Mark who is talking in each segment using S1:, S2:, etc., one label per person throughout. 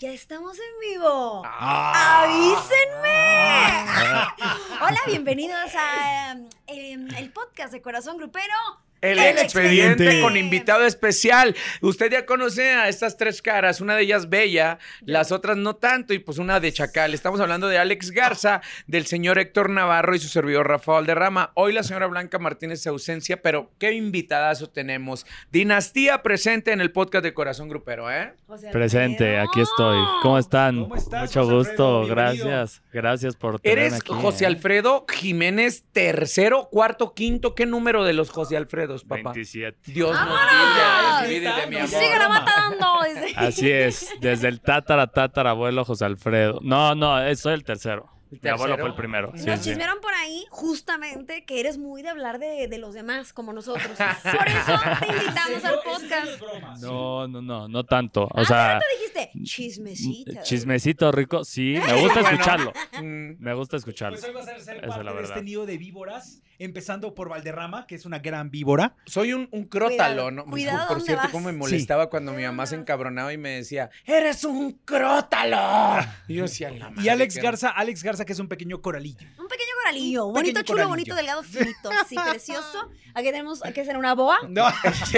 S1: Ya estamos en vivo.
S2: ¡Ah!
S1: ¡Avísenme! Hola, bienvenidos a um, em, el podcast de Corazón Grupero.
S3: El,
S1: El
S3: expediente,
S1: expediente.
S3: con invitado especial. Usted ya conoce a estas tres caras, una de ellas bella, las otras no tanto, y pues una de chacal. Estamos hablando de Alex Garza, del señor Héctor Navarro y su servidor Rafa Valderrama. Hoy la señora Blanca Martínez se ausencia, pero qué invitadazo tenemos. Dinastía presente en el podcast de Corazón Grupero, ¿eh?
S1: José Alfredo.
S2: Presente, aquí estoy.
S1: ¡Oh!
S2: ¿Cómo están?
S4: ¿Cómo estás,
S2: Mucho
S4: José
S2: gusto,
S4: Alfredo? Bienvenido.
S2: gracias. Gracias por tenerme
S3: ¿Eres
S2: aquí,
S3: José
S2: eh.
S3: Alfredo Jiménez tercero, cuarto, quinto? ¿Qué número de los José Alfredos, papá?
S2: 27.
S3: Dios nos
S1: ¡Vámonos!
S3: libre, líder de mi
S1: Y
S3: amor.
S1: sigue la matando. dice.
S2: Así es, desde el tátara tatarabuelo José Alfredo. No, no, eh, soy el tercero. Mi abuelo
S3: tercero?
S2: fue el primero. sí,
S1: Nos
S2: sí.
S1: chismearon por ahí justamente que eres muy de hablar de, de los demás, como nosotros. Por eso te invitamos al podcast.
S2: No, no, no, no tanto.
S1: Ah,
S2: O sea,
S1: Te dijiste chismecito.
S2: chismecito rico, sí, me gusta
S3: Bueno.
S2: escucharlo.
S3: Mm.
S2: Me gusta escucharlo.
S4: Pues hoy vas a ser
S2: Esa es
S4: parte
S2: la
S4: de este
S2: verdad.
S4: nido de víboras, empezando por Valderrama, que es una gran víbora.
S3: Soy un, un crótalo,
S1: Cuidado,
S3: ¿no?
S1: cuidado
S3: Por
S1: dónde
S3: cierto,
S1: vas.
S3: cómo me
S4: Sí.
S3: molestaba cuando mi mamá se encabronaba y me decía, ¡Eres un crótalo! Y yo decía, la madre
S4: Y Alex
S3: que-
S4: Garza, Alex Garza, que es un pequeño coralillo.
S1: Un pequeño coralillo,
S4: Un
S1: bonito,
S4: pequeño
S1: chulo, bonito,
S4: coralillo.
S1: delgado, finito, sí, precioso. Aquí tenemos, hay que hacer una boa.
S4: No,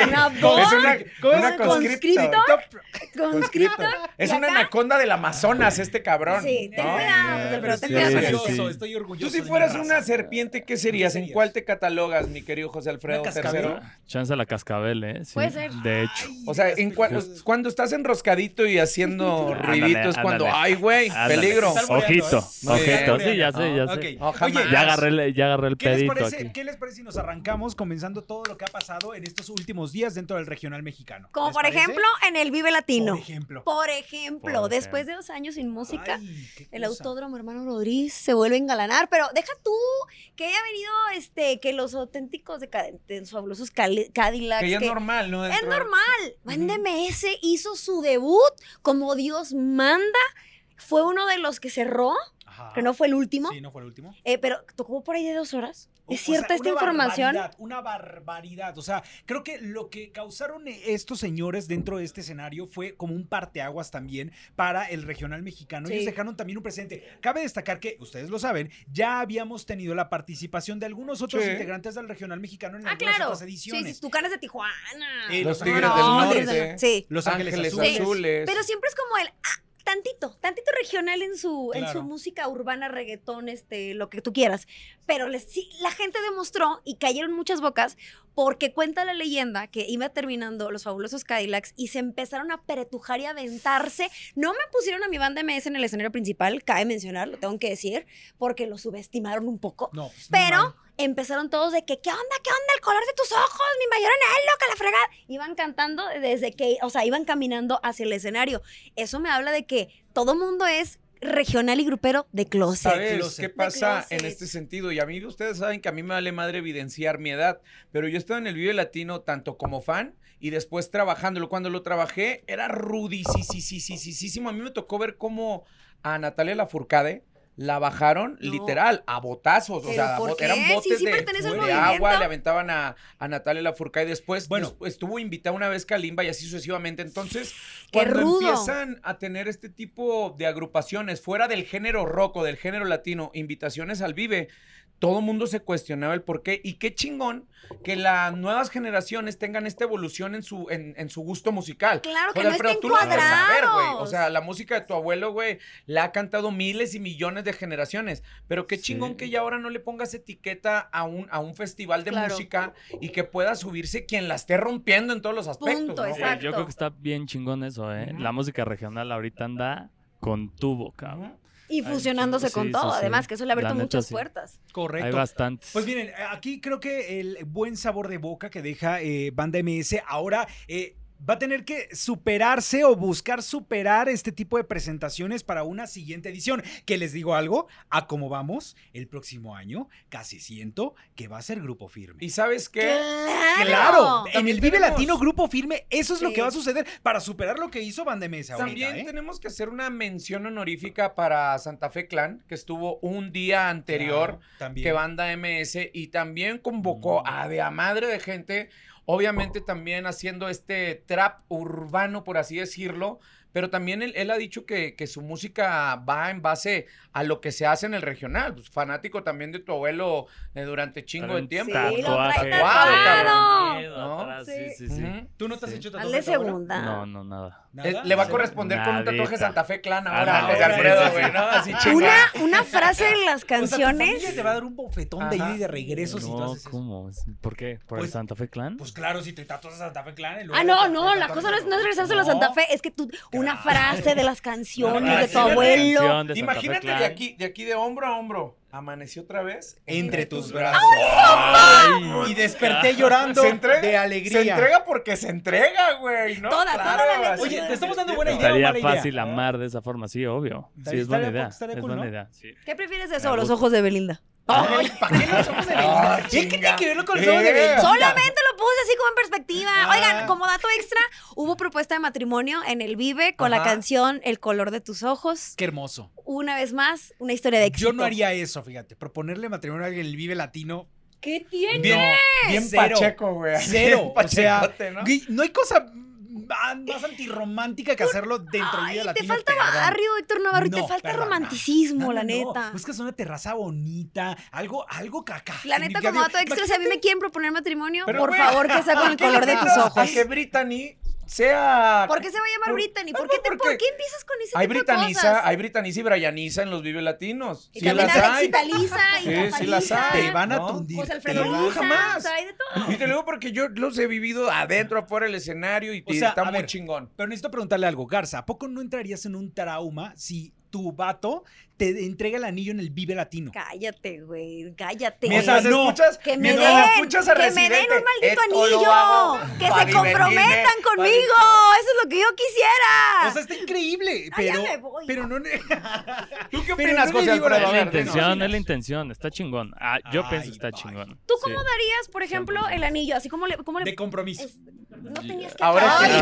S1: Una boa.
S3: Es una,
S4: ¿Cómo
S3: una
S1: es?
S3: conscripta.
S1: conscripto.
S3: Es
S1: ¿Y
S3: una
S1: acá?
S3: anaconda del Amazonas este cabrón.
S1: Sí, ten
S3: ¿no?
S1: cuidado,
S4: Eh,
S1: José
S4: pero
S1: Alfredo, ten
S2: sí,
S1: cuidado.
S2: sí,
S1: con
S4: orgulloso,
S1: eso.
S2: sí.
S4: estoy orgulloso.
S3: Tú si
S4: de mi
S3: fueras
S4: raza.
S3: una serpiente, ¿qué serías? ¿En
S4: serías?
S3: cuál te catalogas, mi querido José Alfredo
S4: ¿Una cascabel?
S3: III?
S2: Chance la cascabel, ¿eh? Sí,
S1: Puede ser.
S2: De hecho.
S3: O sea, en cua-
S4: Justo.
S3: cuando estás enroscadito y haciendo
S2: Ándale,
S3: ruiditos, cuando,
S2: ándale.
S3: ay, güey,
S2: Ándale.
S3: peligro.
S4: Está alboreando,
S2: Ojito,
S4: ¿eh?
S3: Muy bien.
S2: ojito. Sí, ya sé, ya
S4: Ok.
S2: sé.
S3: Oh,
S4: Oye,
S3: jamás.
S2: Ya agarré, el- ya agarré el
S4: ¿Qué les,
S2: pedito
S4: parece,
S2: aquí.
S4: ¿Qué les parece si nos arrancamos comenzando todo lo que ha pasado en estos últimos días dentro del regional mexicano?
S1: Como
S4: ¿Les
S1: por
S4: parece?
S1: ejemplo en el Vive Latino.
S4: Por ejemplo.
S1: Por ejemplo,
S2: Por
S1: después de
S2: ejemplo.
S1: dos años sin música,
S4: Ay, qué
S1: el
S4: cosa.
S1: autódromo hermano Rodríguez se vuelve a engalanar. Pero deja tú que haya venido este, que los auténticos decadentes, fabulosos cali- Cadillacs.
S3: Que ya es
S1: que-
S3: normal, ¿no?
S1: Es
S3: Dentro-
S1: normal. Banda MS hizo su debut como Dios manda. Fue uno de los que cerró,
S4: Ajá.
S1: que no fue el último,
S4: Sí, no fue el último.
S1: eh, pero tocó por ahí de dos horas.
S4: O-
S1: ¿Es
S4: o
S1: cierta
S4: sea,
S1: esta
S4: una
S1: información?
S4: barbaridad, una barbaridad. O sea, creo que lo que causaron e, estos señores dentro de este escenario fue como un parteaguas también para el regional mexicano.
S1: Sí.
S4: Ellos dejaron también un presente. Cabe destacar que, ustedes lo saben, ya habíamos tenido la participación de algunos otros
S3: Sí.
S4: integrantes del regional mexicano en
S1: Ah,
S4: algunas
S1: claro.
S4: otras
S1: Sí,
S4: ediciones.
S1: sí, Tucanes de Tijuana.
S4: Eh,
S3: Los
S4: No,
S3: Tigres
S4: no,
S3: del
S4: no,
S3: Norte.
S1: Tigres del Norte. Sí.
S4: Los Ángeles,
S3: Ángeles
S4: Azules.
S1: Azules.
S3: Azules.
S1: Pero siempre es como el ah, tantito, tantito regional en su, en su
S4: Claro.
S1: música urbana, reggaetón, este, lo que tú quieras. Pero les, sí, la gente demostró y cayeron muchas bocas porque cuenta la leyenda que iba terminando los fabulosos Cadillacs y se empezaron a peretujar y a aventarse. No me pusieron a mi banda MS en el escenario principal, cabe mencionar, lo tengo que decir, porque lo subestimaron un poco.
S4: No, pues, no
S1: Pero
S4: mal.
S1: empezaron todos de que, ¿qué onda? ¿Qué onda? El color de tus ojos, mi mayor anhelo, que la fregada. Iban cantando desde que, o sea, iban caminando hacia el escenario. Eso me habla de que todo mundo es regional y grupero de closet.
S4: De
S3: ¿Sabes
S4: closet.
S3: qué
S4: De
S3: pasa en
S1: closet.
S3: este sentido? Y a mí, ustedes saben que a mí me vale madre evidenciar mi edad, pero yo estaba en el Vive Latino tanto como fan y después trabajándolo. Cuando lo trabajé, era rudy, sí, sí, sí, sí, sí, sí, sí. A mí me tocó ver cómo a Natalia Lafourcade la bajaron
S1: No.
S3: literal a botazos, o
S1: ¿Pero
S3: sea, a
S1: por
S3: bot-
S1: qué?
S3: eran
S1: Si
S3: botes
S1: sí
S3: de,
S1: pertenece
S4: al
S3: de
S1: movimiento.
S3: agua, le aventaban a, a Natalia Lafourcade y después
S4: Bueno.
S3: des- estuvo invitada una vez Kalimba y así sucesivamente. Entonces,
S1: ¡Qué
S3: cuando
S1: rudo!
S3: empiezan a tener este tipo de agrupaciones fuera del género rock o del género latino, invitaciones al Vive, todo mundo se cuestionaba el por qué. Y qué chingón que las nuevas generaciones tengan esta evolución en su, en, en su gusto musical.
S1: Claro, que
S3: Joder,
S1: no
S3: pero
S1: estén
S3: tú lo debes saber, güey. O
S1: cuadrados.
S3: sea, la música de tu abuelo, güey, la ha cantado miles y millones de generaciones. Pero qué
S2: Sí.
S3: chingón que ya ahora no le pongas etiqueta a un, a un festival de
S1: Claro.
S3: música y que pueda subirse quien la esté rompiendo en todos los aspectos.
S1: Punto,
S3: ¿no,
S2: Sí,
S3: güey?
S1: exacto.
S2: Eh, yo creo que está bien chingón eso, ¿eh?
S3: Ujú.
S2: La música regional ahorita anda con tubo, cabrón.
S3: Ujú.
S1: Y
S2: Ay,
S1: fusionándose
S2: sí,
S1: con
S2: sí,
S1: todo,
S2: sí.
S1: además, que eso le ha
S2: La
S1: abierto
S2: neta,
S1: muchas
S2: sí.
S1: puertas.
S4: Correcto.
S2: Hay bastantes.
S4: Pues miren, eh, aquí creo que el buen sabor de boca que deja eh, Banda MS ahora eh, va a tener que superarse o buscar superar este tipo de presentaciones para una siguiente edición. Que les digo algo, a cómo vamos el próximo año, casi siento que va a ser Grupo Firme.
S3: ¿Y sabes qué?
S4: Claro,
S1: ¡Claro!
S4: en
S3: También
S4: el Vive
S3: tenemos-
S4: Latino Grupo Firme, eso es lo
S1: Sí.
S4: que va a suceder para superar lo que hizo Banda MS ahorita.
S3: También
S4: ¿eh?
S3: tenemos que hacer una mención honorífica para Santa Fe Clan, que estuvo un día anterior
S4: Claro, también.
S3: que Banda MS y también convocó
S2: Mm.
S3: a de a madre de gente. obviamente también haciendo este trap urbano, por así decirlo, pero también él, él ha dicho que, que su música va en base a lo que se hace en el regional, pues, fanático también de tu abuelo eh, durante chingo de
S2: Traen
S3: tiempo.
S1: Sí, lo
S2: tatuaje.
S1: trae
S3: Guau,
S1: tatuado.
S2: Miedo
S3: ¿No?
S2: atrás, Sí, sí, sí.
S3: Ujú.
S4: ¿Tú no te has
S2: Sí.
S4: hecho tatuaje?
S1: Hazle
S4: abuela?
S1: segunda.
S2: No, no, nada.
S3: Eh,
S4: ¿Nada?
S3: le va a
S2: Sí.
S3: corresponder con un tatuaje
S2: Nadita.
S3: Santa Fe Clan
S2: Ah,
S3: ahora,
S2: no,
S3: José
S4: ahora,
S3: Alfredo,
S4: sí, sí,
S3: güey,
S4: sí.
S3: ¿no? Así
S1: Una,
S3: chingón.
S1: una frase de las
S4: O sea, tu familia
S1: canciones.
S4: te va a dar un bofetón de
S3: Ajá.
S4: ida y de regreso si tú
S2: no,
S4: haces eso.
S2: ¿cómo? ¿Por qué? ¿Por
S4: Pues-
S2: el Santa Fe Clan?
S4: Pues claro, si te tatuas a Santa Fe Clan. en lugar
S1: Ah,
S4: de
S1: no,
S4: tatuarte
S1: no,
S4: a
S1: la
S4: Tatuaje
S1: cosa no es, no es regresarse a la
S4: No.
S1: Santa Fe, es que tú, una frase de las canciones
S4: Una
S1: de tu
S4: frase.
S1: abuelo.
S2: Canción de Santa Fe
S3: Imagínate de
S2: Clan.
S3: aquí, de aquí de hombro a hombro. Amaneció otra vez
S4: Entre tus
S2: Ay,
S4: Y desperté llorando
S3: Se entrega-
S4: de
S3: Se
S4: alegría.
S3: entrega porque se entrega, güey, ¿no?
S1: Toda, toda la letra.
S3: así
S4: Oye,
S3: es.
S4: te estamos dando buena idea.
S2: Estaría
S4: mala idea?
S2: fácil amar de esa forma, sí, obvio. Sí,
S4: Estaría-
S2: es buena
S4: estaría-
S2: idea.
S4: estaría
S2: es
S4: cool,
S2: buena
S4: ¿no?
S2: idea. sí.
S1: ¿Qué prefieres
S2: Me
S1: eso o los
S2: gusta.
S1: ojos de Belinda?
S3: Ay, ¿para qué nos somos de la-
S4: ¿Y qué tiene que ver con el
S3: Eh,
S4: juego de Belinda?
S1: Solamente lo puse así como en perspectiva.
S4: Ah.
S1: Oigan, como dato extra, hubo propuesta de matrimonio en el Vive con la
S3: Ajá.
S1: canción El color de tus ojos.
S4: Qué hermoso.
S1: Una vez más, una historia de éxito.
S4: Yo no haría eso, fíjate. Proponerle matrimonio a alguien el vive latino.
S1: ¿Qué tiene?
S3: Bien, bien
S4: Cero.
S3: pacheco, güey. Bien
S4: Cero. O sea,
S3: pachecote, ¿no?
S4: güey, no hay cosa ma- más antirromántica que hacerlo dentro del
S1: Ay,
S4: vive
S1: te
S4: latino.
S1: falta
S4: perdón.
S1: barrio, Héctor Navarro, y
S4: No,
S1: te falta
S4: perdón,
S1: romanticismo,
S4: No, no, Pues
S1: la
S4: no.
S1: neta.
S4: Buscas una terraza bonita, algo, algo caca.
S1: la neta,
S4: Digo,
S1: como dato extra, si a mí me
S4: imagínate-
S1: quieren proponer matrimonio,
S3: Pero,
S1: por
S3: güey,
S1: favor que sea con el color de tus
S3: ¿Para
S1: ojos.
S3: que Brittany sea...
S1: ¿Por qué se va a llamar
S3: Por-
S1: Brittany?
S3: Ah,
S1: ¿Por qué,
S3: no,
S1: te,
S3: porque
S1: ¿por qué empiezas con ese
S3: Hay
S1: tipo de
S3: Britanisa,
S1: cosas?
S3: hay Britanisa y Brianisa en los Vive Latinos.
S1: y
S3: Sí
S1: también
S3: las
S1: Alex
S3: hay.
S1: y Talisa, y
S3: Sí, sí
S1: Rafaelita,
S3: las hay.
S4: Te van a
S3: ¿No?
S4: tundir.
S1: José
S4: te
S1: Alfredo
S3: No,
S4: van-
S1: Musa,
S3: jamás.
S1: o sea, hay de todo.
S3: Y te lo digo porque yo los he vivido adentro, afuera del escenario y
S4: O sea,
S3: está
S4: a
S3: muy
S4: ver.
S3: chingón.
S4: Pero necesito preguntarle algo, Garza, ¿a poco no entrarías en un trauma si tu vato te entrega el anillo en el Vive Latino?
S1: Cállate, güey, cállate.
S3: Mientras
S4: O sea, no.
S3: escuchas,
S1: que me
S3: mientras
S1: den,
S3: escuchas a
S1: que me
S3: Residente,
S1: den un maldito
S3: "Esto lo hago
S1: anillo, que
S3: para
S1: se
S3: divertirme,
S1: comprometan
S3: para
S1: conmigo, eso es lo que yo quisiera.
S4: O sea, está increíble,
S1: Ah, ya
S4: pero
S1: me voy.
S4: pero no
S3: ¿Tú qué
S4: Pero
S3: opinas,
S4: no le
S3: José
S4: digo nada.
S3: Alfredo?
S2: Es
S3: A
S2: la
S3: ver, dinos.
S2: intención, es la intención. Está chingón. Ah, yo
S4: Ay,
S2: pienso que está
S4: vaya.
S2: chingón.
S1: ¿Tú
S2: sí.
S1: cómo darías, por ejemplo, el anillo? Así como le, cómo le
S4: de compromiso.
S1: es- no tenías que
S3: Ahora
S1: Ay,
S3: sí.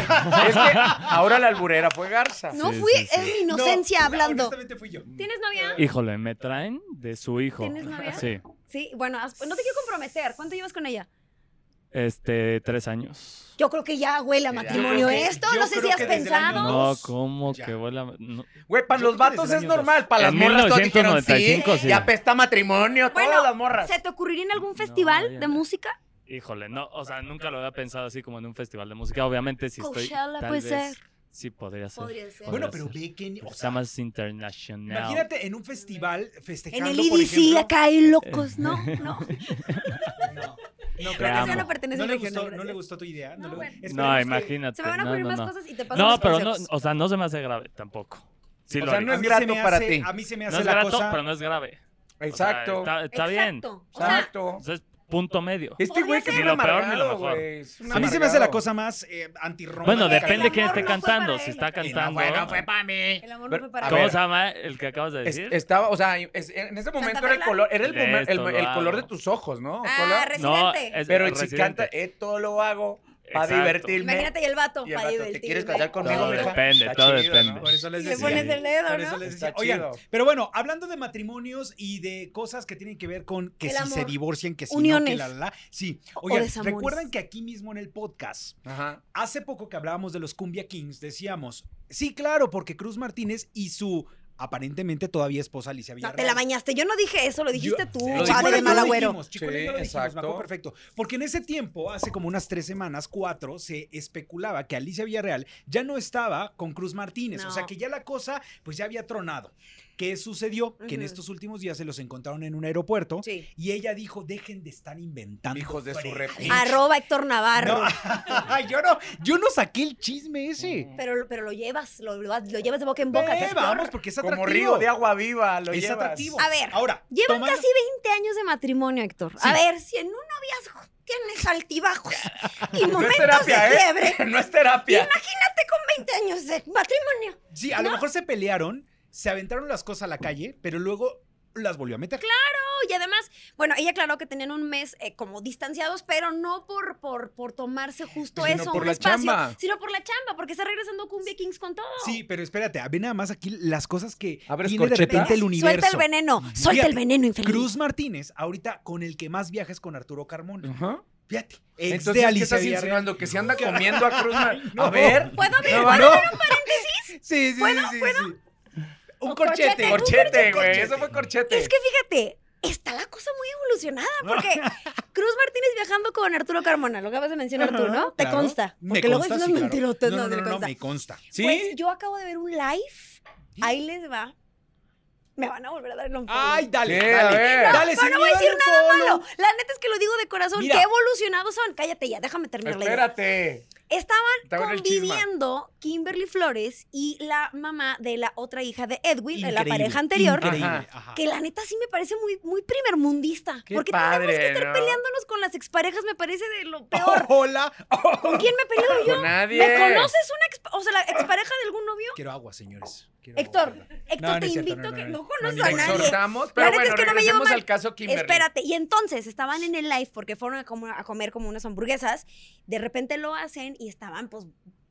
S3: es que ahora la alburera fue Garza.
S1: No
S2: Sí,
S1: fui,
S2: sí, sí.
S1: es mi inocencia
S4: No,
S1: hablando.
S4: Honestamente fui yo. Mm.
S1: ¿Tienes novia?
S2: Híjole, me traen de su hijo.
S1: ¿Tienes novia?
S2: Sí.
S1: Sí, bueno, haz- no te quiero comprometer. ¿Cuánto llevas con ella?
S2: Este, tres años.
S1: Yo creo que ya huele a matrimonio
S4: Yo creo que-
S1: esto.
S4: yo
S1: No sé
S4: creo
S1: si has
S4: que desde el año
S1: pensado.
S2: No,
S4: dos,
S2: ¿cómo
S4: ya.
S2: que vuela? no.
S3: Güey, para
S4: Yo
S3: los
S4: creo que
S3: vatos
S4: desde
S3: es
S4: el año
S3: normal, para las
S2: En
S3: morras todas dijeron sí,
S2: 1995, sí.
S3: ya apesta matrimonio,
S1: Bueno,
S3: todas las morras.
S1: ¿Se te ocurriría en algún
S2: No,
S1: festival de
S2: ya.
S1: música?
S2: Híjole, no, o sea, nunca lo había pensado así como en un festival de música. Obviamente, si estoy.
S1: Coachella
S2: tal
S1: puede
S2: vez-
S1: ser.
S2: Sí, podría ser.
S1: Podría ser.
S4: Bueno,
S2: Podría
S4: pero
S2: ser.
S4: ve que o
S2: Porque
S4: sea,
S2: está más internacional.
S4: imagínate en un festival
S1: En
S4: festejando
S1: el
S4: por
S1: IDC
S4: ejemplo,
S1: acá hay locos, ¿no? No.
S4: No, no,
S2: Te
S4: claro.
S1: Eso no
S2: amo.
S1: pertenece
S4: No
S1: al
S4: le
S1: regional,
S4: gustó, no le
S1: gracias.
S4: gustó tu idea. No,
S1: No,
S4: le-
S1: bueno.
S4: esperemos
S2: No,
S4: que-
S2: imagínate.
S1: Se me van a
S2: no,
S1: ocurrir
S2: no,
S1: más
S2: no.
S1: cosas y te paso
S2: No,
S1: los
S2: pero no,
S1: consejos.
S2: o sea, no se me hace grave tampoco. Sí,
S3: O
S2: lo
S3: sea,
S4: A
S2: haría.
S4: mí
S3: no es
S4: se
S3: grato
S4: me
S3: para
S4: hace-
S3: ti.
S4: A mí se me
S2: No
S4: hace
S2: es
S4: la
S2: grato,
S4: cosa.
S2: pero no es grave. O sea,
S3: Exacto.
S2: está está bien.
S1: Exacto. O sea,
S3: Exacto.
S2: O sea, es punto medio.
S3: Este güey
S1: podría
S3: que
S1: ser-
S3: es un
S2: Ni lo peor ni lo
S3: amargado,
S2: mejor.
S3: güey. es un
S4: A mí se me hace la
S3: amargado.
S4: cosa más eh, antirromántica.
S2: Bueno,
S1: Porque el
S2: depende quién
S1: amor
S2: esté
S1: no fue
S2: cantando.
S1: para
S2: Si
S1: él.
S2: está
S4: Y no
S2: cantando.
S4: fue, no fue para mí.
S1: el amor no
S3: Pero-
S1: fue para
S3: a
S1: ti.
S2: ¿Cómo
S3: ver.
S2: se llama el que acabas de
S3: Es-
S2: decir?
S3: estaba, o sea, es- en ese momento
S1: Santa
S3: era el
S1: Fe
S3: color, era el,
S2: Clan.
S3: momen- el-
S2: Esto
S3: el
S2: lo
S3: color de
S2: hago.
S3: tus ojos, ¿no?
S1: Ah,
S3: Color.
S2: no,
S1: residente.
S2: es
S3: Pero si
S2: Residente.
S3: canta, eh, todo lo hago para
S2: Exacto.
S3: divertirme.
S1: Imagínate y el vato.
S3: Y el
S1: para
S3: vato, ¿te
S1: divertirme.
S3: quieres casar conmigo,
S2: Todo
S3: mija?
S2: depende,
S3: Está
S2: todo
S3: chido, ¿no?
S2: depende.
S4: Por eso les
S1: Y le
S4: decía.
S1: pones el dedo,
S4: Por
S1: ¿no?
S4: eso les
S3: Está
S4: decía. Oigan,
S3: chido.
S4: pero bueno, hablando de matrimonios y de cosas que tienen que ver con que
S1: El
S4: si se
S1: amor.
S4: divorcian, que si
S1: Uniones.
S4: no, que la, la, la. Sí.
S1: O
S4: Oigan,
S1: desamores.
S4: recuerdan que aquí mismo en el podcast,
S3: Ajá.
S4: hace poco que hablábamos de los Cumbia Kings, decíamos, sí, claro, porque Cruz Martínez y su aparentemente todavía esposa Alicia
S1: No,
S4: Villarreal.
S1: te la bañaste. Yo no dije eso, lo dijiste
S4: Yo-
S1: tú,
S3: lo
S4: Chicuelo
S1: padre
S4: y
S1: de
S4: yo
S1: mal
S4: lo
S1: agüero.
S4: dijimos, Chicuelo y yo lo
S3: Sí,
S4: dijimos, me acuerdo
S3: exacto.
S4: perfecto. Porque en ese tiempo, hace como unas tres semanas, cuatro, se especulaba que Alicia Villarreal ya no estaba con Cruz Martínez. O sea
S1: No.
S4: que ya la cosa, pues ya había tronado. ¿Qué sucedió? Que en
S1: Ujú.
S4: estos últimos días se los encontraron en un aeropuerto
S1: Sí.
S4: y ella dijo, dejen de estar inventando.
S3: Hijos de su
S4: fregaderas".
S3: repu-
S1: Arroba Héctor Navarro.
S4: No, yo no, yo no saqué el chisme
S3: Mm.
S4: ese.
S1: Pero, pero lo llevas, lo, lo- lo llevas de boca en boca. que
S4: Ve,
S1: es peor.
S4: vamos, porque es atractivo.
S3: Como río de agua viva, lo
S4: es
S3: llevas.
S4: atractivo.
S1: A ver,
S4: Ahora,
S1: Llevan
S4: tomando-
S1: casi 20 años de matrimonio, Héctor. A
S4: Sí.
S1: ver, si en un noviazgo tienes altibajos y
S3: No es
S1: momentos de
S3: terapia,
S1: quiebre,
S3: ¿eh? No es terapia.
S1: imagínate con 20 años de matrimonio.
S4: Sí, a lo mejor se pelearon, se aventaron las cosas a la calle, pero luego las volvió a meter.
S1: No, y además, bueno, ella aclaró que tenían un mes eh, como distanciados, pero no por, por, por tomarse justo
S3: Sino
S1: eso,
S3: por
S1: un
S3: la
S1: espacio,
S3: chamba.
S1: sino por la chamba, porque está regresando Cumbia Kings con todo.
S4: Sí, pero espérate, ve nada más aquí las cosas que
S3: ¿Abres
S4: tiene de
S3: corcheta?
S4: repente el universo.
S1: Suelta el veneno, suelta
S4: Fíjate,
S1: el veneno, infeliz.
S4: Cruz Martínez, ahorita con el que más viajes con Arturo Carmona.
S3: Ajá.
S4: Fíjate. Ex
S3: Entonces,
S4: de
S3: ¿qué
S4: Alicia
S3: estás
S4: Villarreal.
S3: insinuando? ¿Que se anda comiendo a Cruz? Mar-
S4: no.
S3: A ver.
S1: ¿Puedo abrir,
S3: No,
S1: ¿puedo
S3: no.
S1: abrir un paréntesis?
S4: Sí, sí,
S1: ¿Puedo?
S4: sí, sí, sí. Un
S1: Un corchete.
S4: corchete.
S3: Corchete,
S1: corchete,
S3: güey. Eso fue corchete.
S1: Es que fíjate, está la cosa muy evolucionada, porque Cruz Martínez viajando con Arturo Carmona, lo acabas de mencionar tú, ¿no? Te
S4: Claro.
S1: consta.
S4: Me
S1: Porque luego
S4: consta,
S1: dices
S4: sí,
S1: unas
S4: claro.
S1: mentirotas,
S4: No,
S1: no,
S4: no,
S1: te
S4: no, no,
S1: consta.
S4: me consta.
S3: ¿Sí?
S1: Pues yo acabo de ver un live, ahí les va. Me van a volver a dar el unfollow.
S4: Ay, dale,
S3: Sí, a
S4: dale.
S3: ver.
S4: dale,
S1: No,
S4: sin
S1: no voy a
S4: miedo,
S1: decir nada
S4: follow.
S1: malo. La neta es que lo digo de corazón.
S4: Mira.
S1: Qué evolucionados son. Cállate ya, déjame terminar la idea.
S3: Espérate.
S1: Estaban
S3: Está bueno el chisme.
S1: conviviendo Kimberly Flores y la mamá de la otra hija de Edwin, de la
S4: Increíble,
S1: pareja anterior.
S4: Increíble.
S3: Ajá.
S4: ajá.
S1: Que la neta sí me parece muy, muy primermundista.
S3: Qué
S1: porque
S3: padre,
S1: tenemos que estar
S3: ¿no?
S1: peleándonos con las exparejas, me parece de lo peor.
S4: Hola. Oh,
S1: ¿Con quién me peleo yo?
S3: Con nadie.
S1: ¿Me conoces una expa- o sea, la expareja de algún novio?
S4: Quiero agua, señores. Quiero
S1: Héctor,
S4: agua.
S1: Héctor,
S4: No, no
S1: te
S4: es cierto,
S1: invito
S4: no,
S1: a que
S4: no, no.
S1: no
S4: No,
S1: conoces
S4: ni
S3: Te
S1: a nadie.
S3: exhortamos, pero
S1: La neta es
S3: bueno,
S1: que no me llevo
S3: regresemos
S1: mal.
S3: al caso Kimberly.
S1: Espérate, y entonces estaban en el live porque fueron a, como- a comer como unas hamburguesas, de repente lo hacen y estaban pues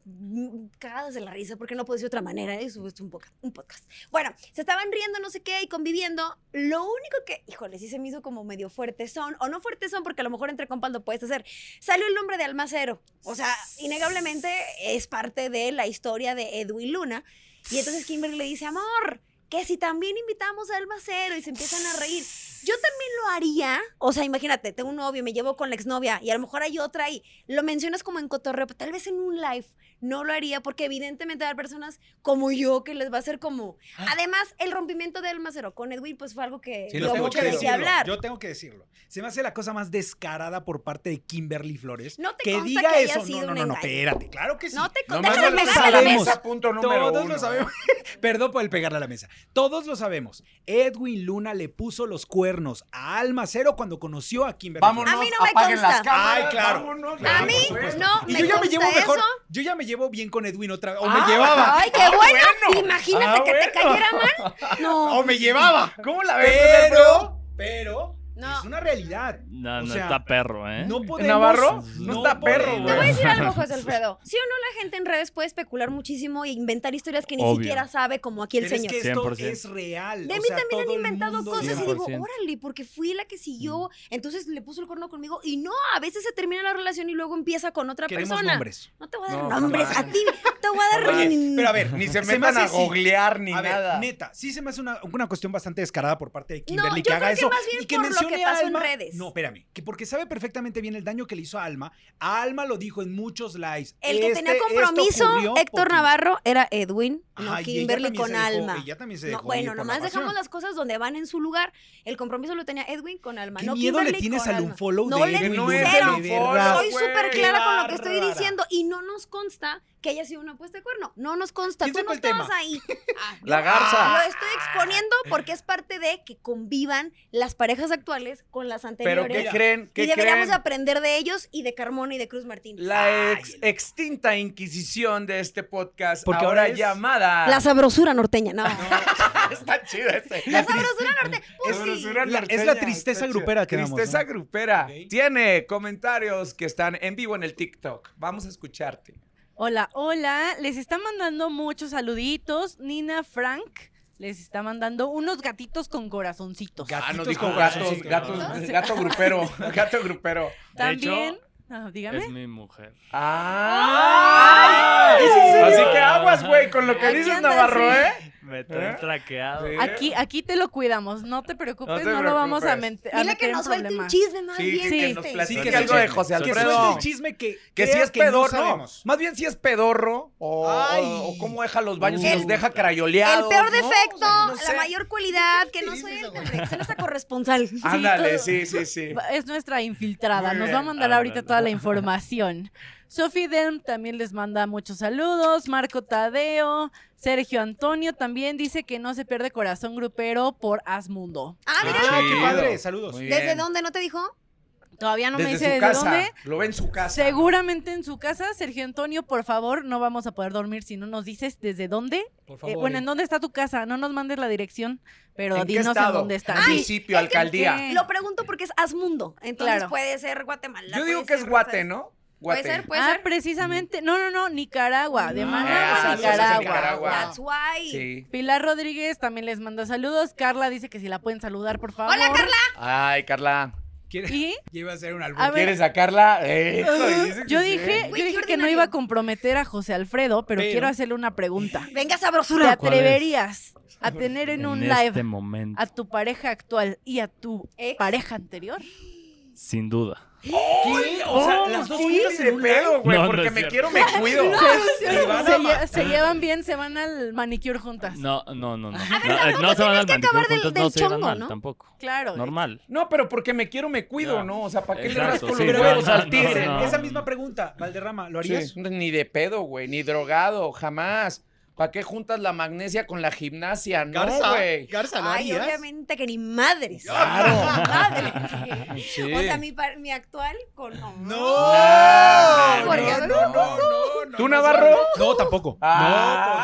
S1: mm, cagadas de la risa porque no puede ser de otra manera, ¿eh? Eso es un podcast, un podcast. Bueno, se estaban riendo, no sé qué, y conviviendo. Lo único que, híjole, sí se me hizo como medio fuerte son, o no fuerte son, porque a lo mejor entre compas lo puedes hacer. Salió el nombre de Almacero. O sea, innegablemente es parte de la historia de Edwin Luna. Y entonces Kimberly le dice, amor, que si también invitamos a Almacero y se empiezan a reír. Yo también lo haría. O sea, imagínate, tengo un novio, me llevo con la exnovia y a lo mejor hay otra y lo mencionas como en cotorreo, pero tal vez en un live no lo haría porque evidentemente hay personas como yo que les va a ser como... Además, el rompimiento de Almacero con Edwin pues fue algo que
S4: Sí,
S1: dio
S4: lo tengo
S1: mucho
S4: que
S1: de qué
S4: decirlo.
S1: hablar.
S4: Yo tengo que decirlo. Se me hace la cosa más descarada por parte de Kimberly Flores.
S1: No te
S4: que
S1: consta
S4: diga
S1: que haya
S4: eso.
S1: sido
S4: no, no,
S1: un
S4: no, no,
S1: engaño.
S4: espérate. Claro que sí.
S1: No te
S3: No
S1: con... déjame
S4: mames, lo
S1: pegarle a la
S4: sabemos.
S1: mesa.
S3: punto número
S4: Todos
S3: uno.
S4: lo sabemos. Perdón por el pegarle a la mesa. Todos lo sabemos. Edwin Luna le puso los cuernos a Almacero cuando conoció a Kimberly.
S3: Vámonos,
S1: A mí no me
S3: apaguen
S1: consta.
S3: las cámaras.
S4: Ay, claro.
S3: vámonos,
S1: A
S3: claro,
S1: mí
S3: por supuesto.
S1: no
S4: Y
S1: Ah, me
S4: yo ya me
S1: consta
S4: llevo mejor.
S1: eso.
S4: Yo ya me llevo bien con Edwin otra vez. O
S3: Ah,
S4: me llevaba.
S1: Ay, qué
S3: Ah,
S1: bueno.
S3: bueno.
S1: Imagínate
S3: Ah,
S1: que te
S3: bueno.
S1: cayera mal.
S4: Ah,
S1: No,
S4: O me llevaba.
S3: ¿Cómo la ves? Pero.
S4: Pero, pero,
S1: No.
S4: es una realidad.
S2: No,
S4: O
S2: no
S4: sea,
S2: está perro, ¿eh?
S4: No podemos.
S3: Navarro? No está perro,
S4: podemos.
S1: Te
S3: güey.
S1: voy a decir algo, José Alfredo. Sí o no, la gente en redes puede especular muchísimo e inventar historias que ni
S2: Obvio.
S1: siquiera sabe, como aquí el
S4: Pero
S1: señor.
S4: Es que esto
S2: 100%.
S4: es real.
S1: de
S4: o
S1: mí
S4: sea,
S1: también han
S4: todo el
S1: inventado
S4: mundo-
S1: cosas y digo,
S2: 100%.
S1: órale, porque fui la que
S3: Mm.
S1: siguió, entonces le puso el corno conmigo y no, a veces se termina la relación y luego empieza con otra
S4: Queremos
S1: persona.
S4: nombres.
S1: No te voy a dar
S3: No,
S1: nombres,
S3: jamás.
S1: a ti te voy a dar...
S3: Jamás.
S1: ni-
S4: Pero a ver,
S3: Ni se
S4: me
S3: metan
S4: hace
S3: a
S4: así.
S3: googlear ni
S4: a ver,
S3: nada.
S4: neta, sí se me hace una, una cuestión bastante descarada por parte de
S1: No,
S4: Kimberly
S1: yo
S4: que haga
S1: creo que
S4: eso
S1: más bien
S4: y que
S1: por lo
S4: mencione
S1: que
S4: a
S1: pasó en
S4: Alma.
S1: redes.
S4: No, espérame, que porque sabe perfectamente bien el daño que le hizo a Alma. A Alma lo dijo en muchos lives.
S1: El que
S4: Este-
S1: tenía
S4: esto ocurrió
S1: compromiso, Héctor
S4: porque-
S1: Navarro, era Edwin, no
S4: Ajá, y ella
S1: Kimberly
S4: también
S1: con
S4: se dejó-
S1: Alma.
S4: Ella también se
S1: No,
S4: dejó
S1: bueno,
S4: ir por la
S1: nomás dejamos
S4: pasión.
S1: las cosas donde van en su lugar. El compromiso lo tenía Edwin con Alma.
S4: ¿Qué
S1: no
S4: miedo le
S1: Kimberly
S4: tienes
S1: con
S4: al
S1: Alma.
S4: unfollow
S1: No
S4: de
S1: le
S4: Edwin
S1: tengo
S3: No es
S1: cero.
S3: el
S4: de
S3: unfollow,
S4: verdad?
S1: Soy
S3: Ah, güey.
S1: súper clara con lo que estoy
S4: bárbara.
S1: diciendo y no nos consta que haya sido una apuesta de cuerno. No nos consta.
S4: ¿Quién
S1: Tú no
S4: sacó el tema?
S1: estabas ahí. Ah,
S3: La
S1: Lo
S3: garza.
S1: estoy exponiendo porque es parte de que convivan las parejas actuales con las
S3: Pero
S1: anteriores.
S3: ¿qué creen? ¿Qué
S1: y deberíamos
S3: creen?
S1: aprender de ellos y de Carmona y de Cruz Martínez.
S3: La ex- extinta inquisición de este podcast,
S4: Porque
S3: ahora
S4: ahora es-
S3: llamada.
S1: La sabrosura norteña, no.
S3: Está chido ese.
S1: La sabrosura norteña. Pues
S3: Es,
S1: sí.
S3: sabrosura
S4: La- es la
S3: norteña,
S4: tristeza
S3: está chido.
S4: grupera que damos,
S3: Tristeza
S4: ¿no?
S3: grupera.
S4: Ok.
S3: Tiene comentarios que están en vivo en el TikTok. Vamos a escucharte.
S5: Hola, hola. Les está mandando muchos saluditos. Nina Frank les está mandando unos gatitos con corazoncitos.
S3: Ah,
S4: Gatitos
S3: nos dijo
S4: con
S3: gatos,
S4: corazones,
S3: gatos, gato grupero, gato grupero.
S5: También.
S2: hecho,
S5: Ah, dígame.
S2: Es mi mujer.
S3: Ah,
S4: ¿Es en serio?
S3: así que aguas, güey, con lo que
S1: Aquí
S3: dices,
S1: anda,
S3: Navarro,
S1: sí.
S3: ¿eh?
S2: Me
S3: traen
S2: traen
S3: ¿Eh?
S2: traqueado.
S3: Sí.
S5: Aquí, aquí te lo cuidamos. No te preocupes,
S3: No
S5: no,
S3: te
S5: lo vamos a,
S3: preocupes.
S5: mente- a
S1: Dile
S5: meter
S1: que
S5: en
S1: nos suelte un
S5: problemas.
S1: chisme más
S3: Sí,
S1: bien.
S3: que
S5: sí.
S3: nos
S1: este.
S3: platique
S4: Sí, que
S3: algo de
S4: suelte-
S3: José
S4: Que
S3: Alfredo.
S4: suelte el chisme que,
S3: Que si
S4: creas
S3: es
S4: que no
S3: pedorro,
S4: sabemos.
S3: más bien si es pedorro o,
S4: Ay.
S3: o- o cómo deja los baños y
S1: El-
S3: los deja crayoleados.
S1: El peor
S3: ¿no?
S1: defecto,
S3: No
S1: la
S3: sé.
S1: mayor cualidad, que no
S4: Sí,
S1: soy
S4: sí,
S1: el
S4: sí,
S1: hombre, que sea nuestra corresponsal.
S3: Ándale,
S5: todo.
S3: sí, sí, sí.
S5: Es nuestra infiltrada.
S3: Muy
S5: Nos
S3: bien.
S5: va a mandar
S2: Ah,
S5: ahorita
S2: no.
S5: toda la información. Sophie Dem también les manda muchos saludos. Marco Tadeo. Sergio Antonio también dice que no se pierde corazón grupero por Asmundo.
S1: Ah, mira,
S4: Ah,
S3: Chido.
S4: qué padre, saludos.
S3: Muy
S1: ¿desde
S3: bien.
S1: dónde no te dijo?
S5: Todavía no me
S3: Desde
S5: dice
S3: su
S5: desde
S3: casa.
S5: dónde.
S3: Lo ve en su casa.
S5: Seguramente en su casa, Sergio Antonio, por favor, no vamos a poder dormir si no nos dices desde dónde.
S4: Por
S5: Eh, bueno, ¿en dónde está tu casa? No nos mandes la dirección, pero
S3: ¿En qué
S5: dinos en
S3: estado?
S5: dónde está.
S3: Ay, Municipio,
S1: es que-
S3: alcaldía.
S5: ¿qué?
S1: Lo pregunto porque es Asmundo, entonces
S5: Claro.
S1: puede ser Guatemala.
S3: Yo
S1: puede
S3: digo que es
S1: ser Rosa-
S3: guate, ¿no? Guate.
S1: Puede ser, puede
S5: Ah,
S1: ser.
S5: precisamente. No, no, no, Nicaragua, de
S2: Ah,
S5: Managua,
S3: esas cosas en
S5: Nicaragua.
S3: Nicaragua.
S1: That's why.
S3: Sí.
S5: Pilar Rodríguez también les manda saludos. Carla dice que si la pueden saludar, por favor.
S1: Hola, Carla.
S3: Ay, Carla.
S4: Quiere-
S5: Y
S4: ya iba a ser un álbum.
S5: A ver,
S3: ¿Quieres sacarla? Eso, y dice que
S5: yo
S3: sí. ¿eh?
S5: dije,
S1: Güey,
S5: yo
S1: qué
S5: dije que no
S1: ordinario.
S5: iba a comprometer a José Alfredo, pero,
S4: Pero-
S5: quiero hacerle una pregunta.
S1: Venga,
S5: ¿Te
S1: sabrosura.
S2: ¿Cuál es?
S5: atreverías a tener en un
S2: este
S5: live
S2: momento,
S5: a tu pareja actual y a tu
S1: Ex.
S5: pareja anterior?
S2: sin duda.
S4: ¿Qué? O sea, las dos
S3: Sí,
S4: juntas en
S3: de
S4: un
S3: pedo,
S4: álbum.
S3: güey,
S2: No, no
S3: porque
S2: es
S3: me
S2: cierto.
S3: quiero, me cuido.
S5: Se,
S3: Y van a
S5: se
S3: ma-
S5: lle- se llevan bien, se van al manicure juntas.
S2: No, no, no, no.
S1: no,
S2: eh,
S1: no,
S2: no
S1: tú
S2: se van
S1: tienes
S2: al
S1: que
S2: manicure
S1: acabar del-
S2: juntos,
S1: del
S2: no se llevan
S1: chongo,
S2: mal
S1: ¿no?
S2: tampoco.
S5: Claro.
S2: Normal.
S3: No, pero porque me quiero, me cuido,
S2: Ya.
S3: ¿no? O sea, ¿para qué le
S2: Exacto,
S3: rasco los
S2: sí,
S4: Pero
S2: no,
S3: huevos
S2: no,
S3: al
S2: no,
S3: tigre?
S2: no.
S4: Esa misma pregunta, Valderrama, ¿lo harías?
S3: Sí, Ni de pedo, güey, ni drogado, jamás. ¿Para qué juntas la magnesia con la gimnasia? No,
S6: Garza,
S3: güey.
S6: Garza, ¿lo
S1: Ay,
S6: harías?
S1: obviamente que ni madres.
S3: Claro.
S1: Ni madres.
S3: Sí.
S1: O sea, mi, par- mi actual con.
S3: No,
S1: Porque a
S6: no,
S1: mí-
S6: no, no, no, no,
S3: ¿Tú,
S6: no,
S3: Navarro?
S6: No, tampoco.
S3: Ah.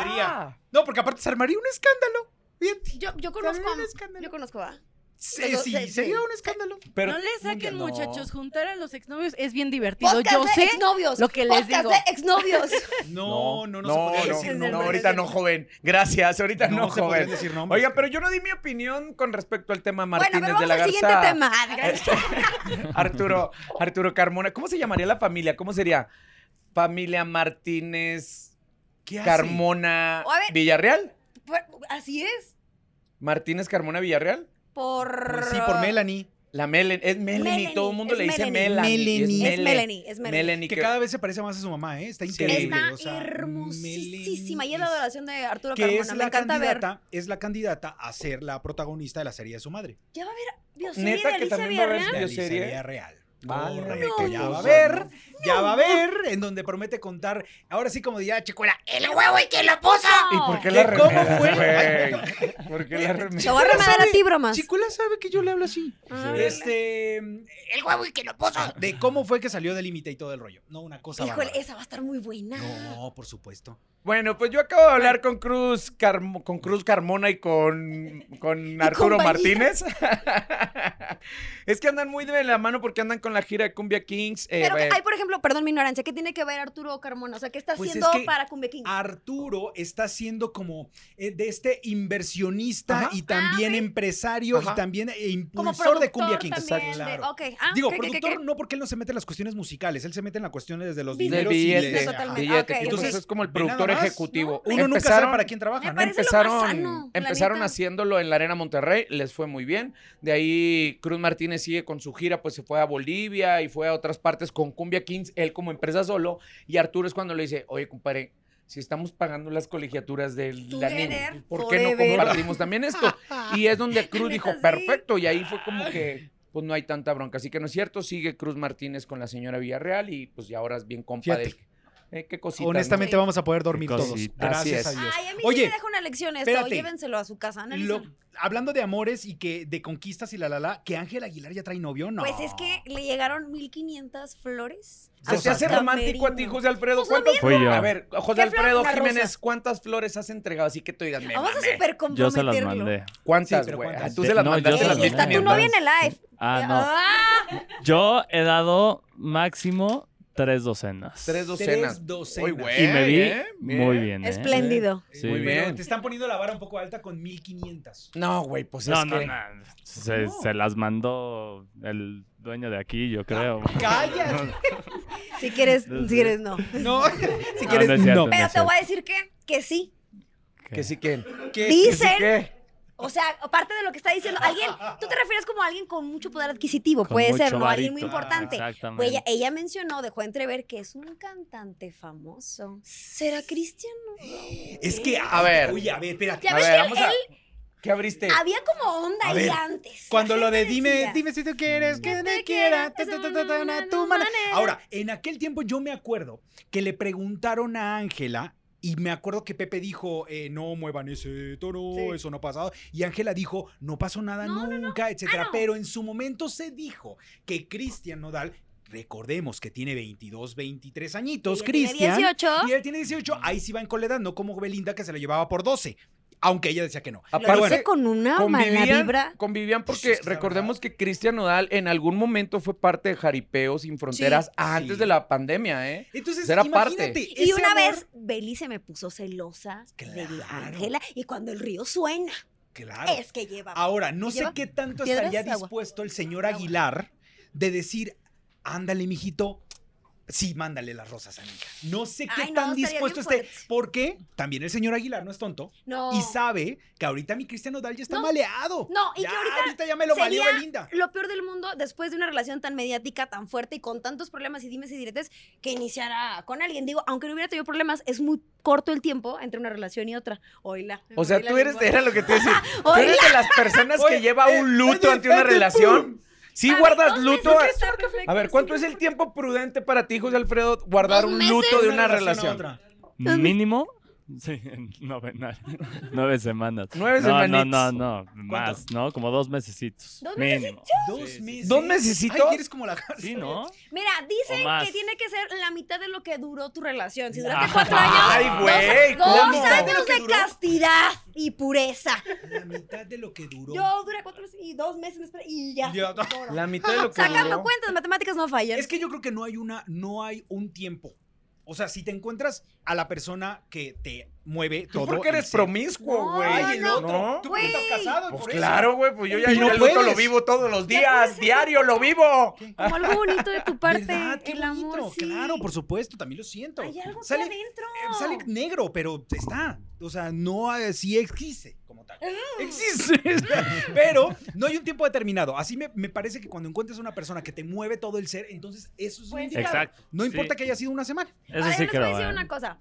S6: No podría. No, porque aparte se armaría un escándalo. Bien.
S1: Yo, yo conozco.
S6: Sería un
S1: a-
S6: escándalo.
S1: Yo conozco a.
S6: Sí,
S1: Pero, se-
S6: sí, sería un escándalo.
S3: Pero-
S5: no le saquen,
S3: No.
S5: muchachos. Juntar a los exnovios es bien divertido.
S1: Podcast
S5: Yo
S1: de
S5: sé.
S1: exnovios.
S5: lo que les
S1: Podcast
S5: digo.
S1: de exnovios.
S4: No, no, no, se
S3: no,
S4: podría
S3: no,
S4: decir
S3: no,
S4: nombres.
S3: ahorita no, joven. Gracias, ahorita no,
S4: No se podrían
S3: joven.
S4: decir nombres.
S3: Oiga, pero yo no di mi opinión con respecto al tema
S1: bueno,
S3: Martínez
S1: pero vamos
S3: de la
S1: al
S3: Garza.
S1: siguiente tema. Ah, gracias.
S3: Arturo, Arturo Carmona. ¿Cómo se llamaría la familia? ¿Cómo sería? Familia Martínez
S4: ¿Qué hace?
S3: Carmona
S1: O a ver-
S3: Villarreal.
S1: Por- Así es.
S3: Martínez Carmona Villarreal.
S1: Por.
S6: Pues sí, por Melanie.
S3: La Melen, es Melanie,
S1: Melanie,
S3: todo el mundo
S1: es
S3: le dice
S1: Melanie.
S3: Melanie. y
S1: Es
S6: Melanie.
S3: Mele.
S1: Melanie. Es Melanie.
S3: Melanie,
S4: Que
S3: que-
S4: cada vez se parece más a su mamá, ¿eh? Está increíble.
S1: Está
S4: o sea,
S1: hermosísima.
S4: Melanie.
S1: Y es la adoración de Arturo
S4: que
S1: Carmona.
S4: es
S1: Me
S4: la,
S1: encanta ver.
S4: candidata, es la candidata a ser la protagonista de la serie de su madre.
S1: Ya va a haber bioserie
S3: Neta
S1: de
S3: que
S1: Alicia
S3: también va a haber-
S1: Villarreal.
S4: De
S3: ¿Yo
S4: Alicia
S3: serie?
S4: Villarreal.
S3: Válgame
S4: Correcto,
S3: qué
S4: ya va a
S3: cosa,
S1: pues,
S4: ver,
S3: ¿no?
S4: ya va a ver, en donde promete contar, ahora sí como diría Chicuela, el huevo y que la posa.
S3: ¿Y por qué
S4: ¿Qué?
S3: la
S4: ¿Cómo
S3: remedas,
S4: fue?
S3: güey? ¿Por qué la remedas?
S1: Te voy a remedar a ti, bromas.
S4: Chicuela sabe que yo le hablo así.
S1: Ah,
S3: Uh-huh.
S4: Este, el huevo y que la posa. De cómo fue que salió del límite y todo el rollo. No, una cosa
S1: Híjole,
S4: bárbara.
S1: esa va a estar muy buena.
S4: No, por supuesto.
S3: Bueno, pues yo acabo de hablar con Cruz, Carmo- con Cruz Carmona y con, con Arturo
S1: Bahía.
S3: Martínez. es que andan muy de la mano porque andan con la gira de Cumbia Kings. eh,
S1: Pero que
S3: eh,
S1: hay, por ejemplo, perdón mi ignorancia, ¿qué tiene que ver Arturo Carmona? O sea, ¿qué está
S4: Pues es
S1: haciendo
S4: que-
S1: para Cumbia King?
S3: Oh.
S4: Arturo está siendo como eh, de este inversionista
S3: Ajá.
S4: y también empresario
S3: Ajá.
S4: y también eh,
S1: Ah, Como
S4: impulsor
S1: productor
S4: de Cumbia King.
S1: también de-
S4: Claro.
S1: ok. Ah,
S4: Digo,
S1: ¿qué, qué, qué,
S4: productor no porque él no se mete en las cuestiones musicales, él se mete en las cuestiones de los
S1: Del
S3: del
S4: dineros y
S3: billete.
S4: les-
S1: Sí, totalmente.
S3: billete.
S1: Ah, ok,
S3: Entonces
S1: ok.
S3: Pues es como el
S4: Ve
S3: productor
S4: nada más.
S3: ejecutivo.
S4: Uno nunca sabe
S3: Empezaron-
S4: para quién trabaja,
S1: Me
S4: ¿no?
S1: parece lo más
S3: empezaron,
S1: sano, la
S3: empezaron
S1: neta.
S3: haciéndolo en la Arena Monterrey, les fue muy bien. De ahí Cruz Martínez sigue con su gira, pues se fue a Bolivia y fue a otras partes con Cumbia Kings, él como empresa solo. Y Arturo es cuando le dice, oye, compadre, si estamos pagando las colegiaturas de la
S1: Together,
S3: niña, ¿por qué no
S1: forever".
S3: compartimos también esto? Y es donde Cruz
S1: Neta,
S3: dijo,
S1: sí.
S3: perfecto, y ahí fue como que... Pues no hay tanta bronca, así que no es cierto. Sigue Cruz Martínez con la señora Villarreal y pues ya ahora es bien compa
S4: Fíjate.
S3: de- eh, qué cositas. ¿no?
S4: Honestamente
S1: ¿no?
S4: vamos a poder dormir
S2: Qué
S4: todos.
S2: cosita.
S4: Gracias a
S3: Así
S4: Dios.
S1: Ay, a mí sí
S4: Oye,
S1: me deja una lección esto.
S4: espérate.
S1: Llévenselo a su casa,
S4: lo-
S1: analícenlo.
S4: hablando de amores y que de conquistas y la la la, que Ángel Aguilar ya trae novio, no.
S1: Pues es que le llegaron 1500 flores.
S3: Se te
S4: Cosas
S3: hace
S1: Hasta
S3: romántico a ti,
S1: Camerino.
S3: José Alfredo.
S1: Pues,
S3: ¿Cuántas
S2: Fui yo.
S3: A ver, José
S1: ¿Qué flor?
S3: Alfredo
S1: Una
S3: Jiménez,
S1: rosa.
S3: ¿cuántas flores has entregado? Así que tú digas, me
S1: Vamos a
S3: mamé.
S1: super
S2: Yo se las
S1: comprometerlo.
S2: mandé.
S4: Sí,
S3: ¿Cuántas,
S4: pero
S3: güey? Ah,
S4: ¿cuántas?
S3: tú se las
S2: No, yo
S3: mandaste.
S2: se las
S1: Ey,
S2: mandé.
S1: está tu novia en el live.
S2: Ah,
S1: Ah,
S2: no. Yo he dado máximo tres docenas.
S3: Tres docenas.
S4: Tres docenas.
S3: Muy güey.
S2: Y me vi
S3: ¿eh?
S2: muy bien. ¿eh?
S1: espléndido.
S2: Sí.
S3: Muy
S4: Pero
S3: bien.
S4: te están poniendo la vara un poco alta con 1500.
S3: No, güey, pues
S2: No,
S3: es
S2: no,
S3: que...
S2: no. Se,
S4: No.
S2: se las mandó el dueño de aquí,
S3: Ah.
S2: yo creo.
S4: ¡Cállate!
S1: Si quieres,
S2: No
S1: si
S2: sé.
S1: quieres, no.
S4: No, si
S2: No,
S4: quieres,
S2: no es cierto,
S4: no.
S2: no.
S1: Pero te
S2: sé.
S1: voy a decir que, que sí.
S3: Que sí que...
S4: ¿Qué?
S1: Dicen
S3: ¿Qué?
S1: O sea, aparte de lo que está diciendo, alguien, tú te refieres como a alguien con mucho poder adquisitivo,
S2: Con
S1: puede ser,
S2: mucho
S1: ¿no? Alguien muy
S2: varito. Ah,
S1: importante.
S3: Ah,
S2: Exactamente.
S1: Pues ella, ella mencionó, dejó entrever que es un cantante famoso. ¿Será cristiano?
S4: Es que,
S3: A ver.
S4: Oye, a ver, espérate.
S1: Ya
S3: A
S1: ves
S3: ver,
S1: que
S3: vamos a... ¿Qué abriste?
S1: Había como onda
S4: Eh, A
S1: ahí
S4: ver,
S1: antes.
S4: Cuando
S1: La
S4: lo de
S1: gente
S4: dime,
S1: decía,
S4: dime si tú quieres que
S1: "Que
S4: te
S1: te
S4: quiera,
S1: quiera,
S4: ta, ta, ta, ta, ta, na,
S1: no
S4: tu mana".
S1: manera.
S4: Ahora, en aquel tiempo yo me acuerdo que le preguntaron a Ángela y me acuerdo que Pepe dijo, eh, no muevan ese tono,
S1: Sí.
S4: eso no ha pasado. Y Ángela dijo, no pasó nada
S1: No,
S4: nunca, etcétera.
S1: Ah, no.
S4: Pero en su momento se dijo que Cristian Nodal, recordemos que tiene 22, 23 añitos,
S1: ella tiene
S4: Cristian.
S1: 18.
S4: Y él tiene 18, ahí sí va en coledad, no como Belinda que se lo llevaba por 12, aunque ella decía que no.
S1: Lo dice
S3: Aparte-
S1: con una mala vibra.
S3: Convivían, convivían porque
S4: Pues es que la
S3: recordemos que Cristian Nodal en algún momento fue parte de Jaripeo Sin Fronteras antes
S4: Sí.
S3: de la pandemia, ¿eh?
S4: Entonces,
S3: Será
S4: imagínate,
S3: parte.
S1: Y
S4: ese
S1: una
S4: amor-
S1: vez, Beli se me puso celosa de
S4: Claro.
S1: Ángela. Y cuando el río suena,
S4: Claro. Ah,
S1: es que lleva.
S4: Ahora, no sé
S1: Lleva
S4: qué tanto
S1: piedras
S4: estaría
S1: y agua.
S4: dispuesto el señor Aguilar de decir, ándale, mijito, sí, mándale las rosas a Anita. No sé qué
S1: Ay, no,
S4: tan
S1: estaría
S4: dispuesto
S1: bien
S4: esté,
S1: fuerte.
S4: porque también el señor Aguilar no es tonto
S1: No.
S4: y sabe que ahorita mi Cristian Odal ya está
S1: No.
S4: maleado.
S1: No, y
S4: ya,
S1: que ahorita
S4: ya me lo valió
S1: sería-
S4: Belinda.
S1: Lo peor del mundo, después de una relación tan mediática, tan fuerte y con tantos problemas y dimes y diretes, que iniciara con alguien. Digo, aunque no hubiera tenido problemas, es muy corto el tiempo entre una relación y otra. Oíla.
S3: O sea,
S1: Oíla,
S3: tú eres,
S1: lengua.
S3: era lo que te decía. Tú
S1: Oye,
S3: eres de las personas que
S4: Oye,
S3: lleva
S4: eh,
S3: un luto
S4: oye,
S3: ante una
S4: espérate,
S3: relación. Sí
S1: A ver,
S3: guardas
S1: dos
S3: luto.
S1: meses
S3: a-
S1: está perfecto,
S3: A ver,
S1: sí,
S3: ¿cuánto es
S1: está
S3: el tiempo prudente para ti, José Alfredo, guardar
S1: ¿Dos
S3: un
S1: meses?
S3: luto de
S1: Una
S3: una
S4: a
S3: relación?
S4: otra.
S2: ¿Mínimo? Sí, nueve, na- nueve semanas.
S3: Nueve
S2: no,
S3: semanitas.
S2: No, no, no, más, ¿no? Como dos mesecitos.
S1: ¿Dos
S2: mínimo.
S4: Dos meses.
S3: ¿Dos mesecitos?
S4: Ay, quieres como la
S2: Sí, ¿no?
S1: Mira,
S2: O
S1: dicen
S2: más.
S1: que tiene que ser la mitad de lo que duró tu relación. Si duraste
S2: Ah.
S1: cuatro años,
S3: Ay, güey.
S1: dos
S3: ¿cómo?
S1: años
S4: ¿Lo que
S1: de
S4: duró?
S1: castidad y pureza.
S4: La mitad de lo que duró.
S1: Yo duré cuatro meses y dos meses me esperé y ya.
S4: Ya.
S3: La mitad de lo que
S1: Sacando
S3: duró.
S1: cuentas, matemáticas no fallan.
S4: Es que yo creo que no hay una, no hay un tiempo. O sea, si te encuentras a la persona que te mueve todo.
S3: ¿Tú porque
S4: el
S3: eres
S4: ser-
S3: promiscuo, güey?
S1: Ay,
S4: Ay, el
S1: No,
S4: otro.
S3: ¿No?
S4: Tú porque estás
S1: Güey.
S4: casado.
S3: Pues
S4: por eso.
S3: claro, güey, pues yo ya
S4: Y no
S3: yo el luto lo
S4: puedes.
S3: vivo todos los
S1: Ya
S3: días,
S1: puedes.
S3: diario lo vivo.
S1: Como algo bonito de tu parte.
S4: ¿Verdad? Qué
S1: el
S4: bonito.
S1: amor. sí.
S4: Claro, por supuesto, también lo siento.
S1: Hay algo aquí
S4: sale,
S1: adentro.
S4: eh, sale negro, pero está. O sea, no eh, sí existe como tal.
S1: Ah.
S4: Existe. pero no hay un tiempo determinado. Así me, me parece que cuando encuentres a una persona que te mueve todo el ser, entonces eso es un
S1: Pues,
S4: indicador.
S2: Exacto.
S4: No
S2: sí.
S4: importa que haya sido una semana.
S1: Ahora
S2: Eso sí
S1: les voy a
S2: creo.
S1: decir
S2: ¿eh?
S1: una cosa.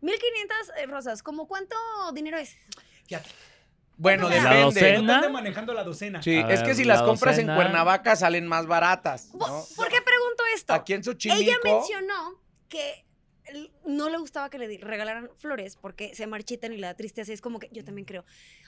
S1: 1500 rosas, ¿como cuánto dinero es?
S4: Fíjate.
S3: Bueno,
S1: La
S3: depende.
S2: docena.
S4: No te ande manejando la docena.
S3: Sí,
S2: A
S3: es
S2: ver,
S3: que si
S2: la
S3: las compras
S2: docena.
S3: en Cuernavaca salen más baratas.
S1: Bo-
S3: ¿no?
S1: ¿Por qué pregunto esto?
S3: Aquí en Xochimilco.
S1: Pues, Ella mencionó que l- no le gustaba que le di- regalaran flores porque se marchitan y le da tristeza. y Es como que yo también creo.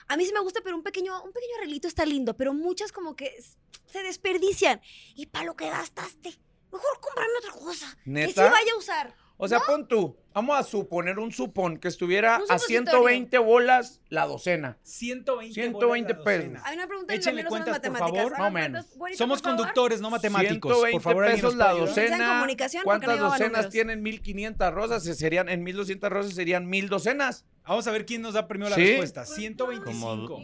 S1: A mí sí me gusta, pero un pequeño, un pequeño arreglito está lindo, pero muchas como que s- se desperdician. Y para lo que gastaste, mejor comprarme otra cosa. Que sí
S3: ¿Neta?
S1: vaya a usar.
S3: O sea, pon tú, vamos a suponer un supón que estuviera
S1: Un
S3: a
S1: supositorio.
S3: 120 bolas la docena.
S4: 120,
S3: 120
S4: bolas la
S3: pesos.
S4: docena.
S1: Hay una pregunta en
S4: Échenle
S1: menos son las
S4: cuentas, por
S1: matemáticas.
S4: favor.
S1: Hagan
S3: No,
S1: cuentas,
S3: man.
S1: güerita,
S4: Somos
S1: por favor.
S4: conductores, no matemáticos.
S3: 120
S4: Por favor, alguien
S3: pesos
S4: nos
S3: la
S4: puede ayudar?
S1: Piensa en
S3: docena.
S1: comunicación, porque
S3: ¿Cuántas
S1: no llevaba
S3: docenas
S1: números.
S3: tienen 1500 rosas? Se serían en 1200 rosas serían 1000 docenas.
S4: Vamos a ver quién nos da primero la
S3: Sí.
S4: respuesta. 125.
S2: Como-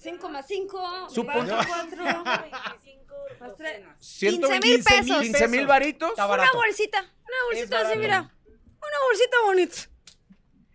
S1: 5 más 5,
S3: Supo-
S1: 4, más 3.
S3: 120,
S1: pesos.
S3: 15 mil varitos.
S4: Está
S1: Una
S4: barato.
S1: bolsita, una bolsita así,
S4: barato.
S1: mira. Una bolsita bonita.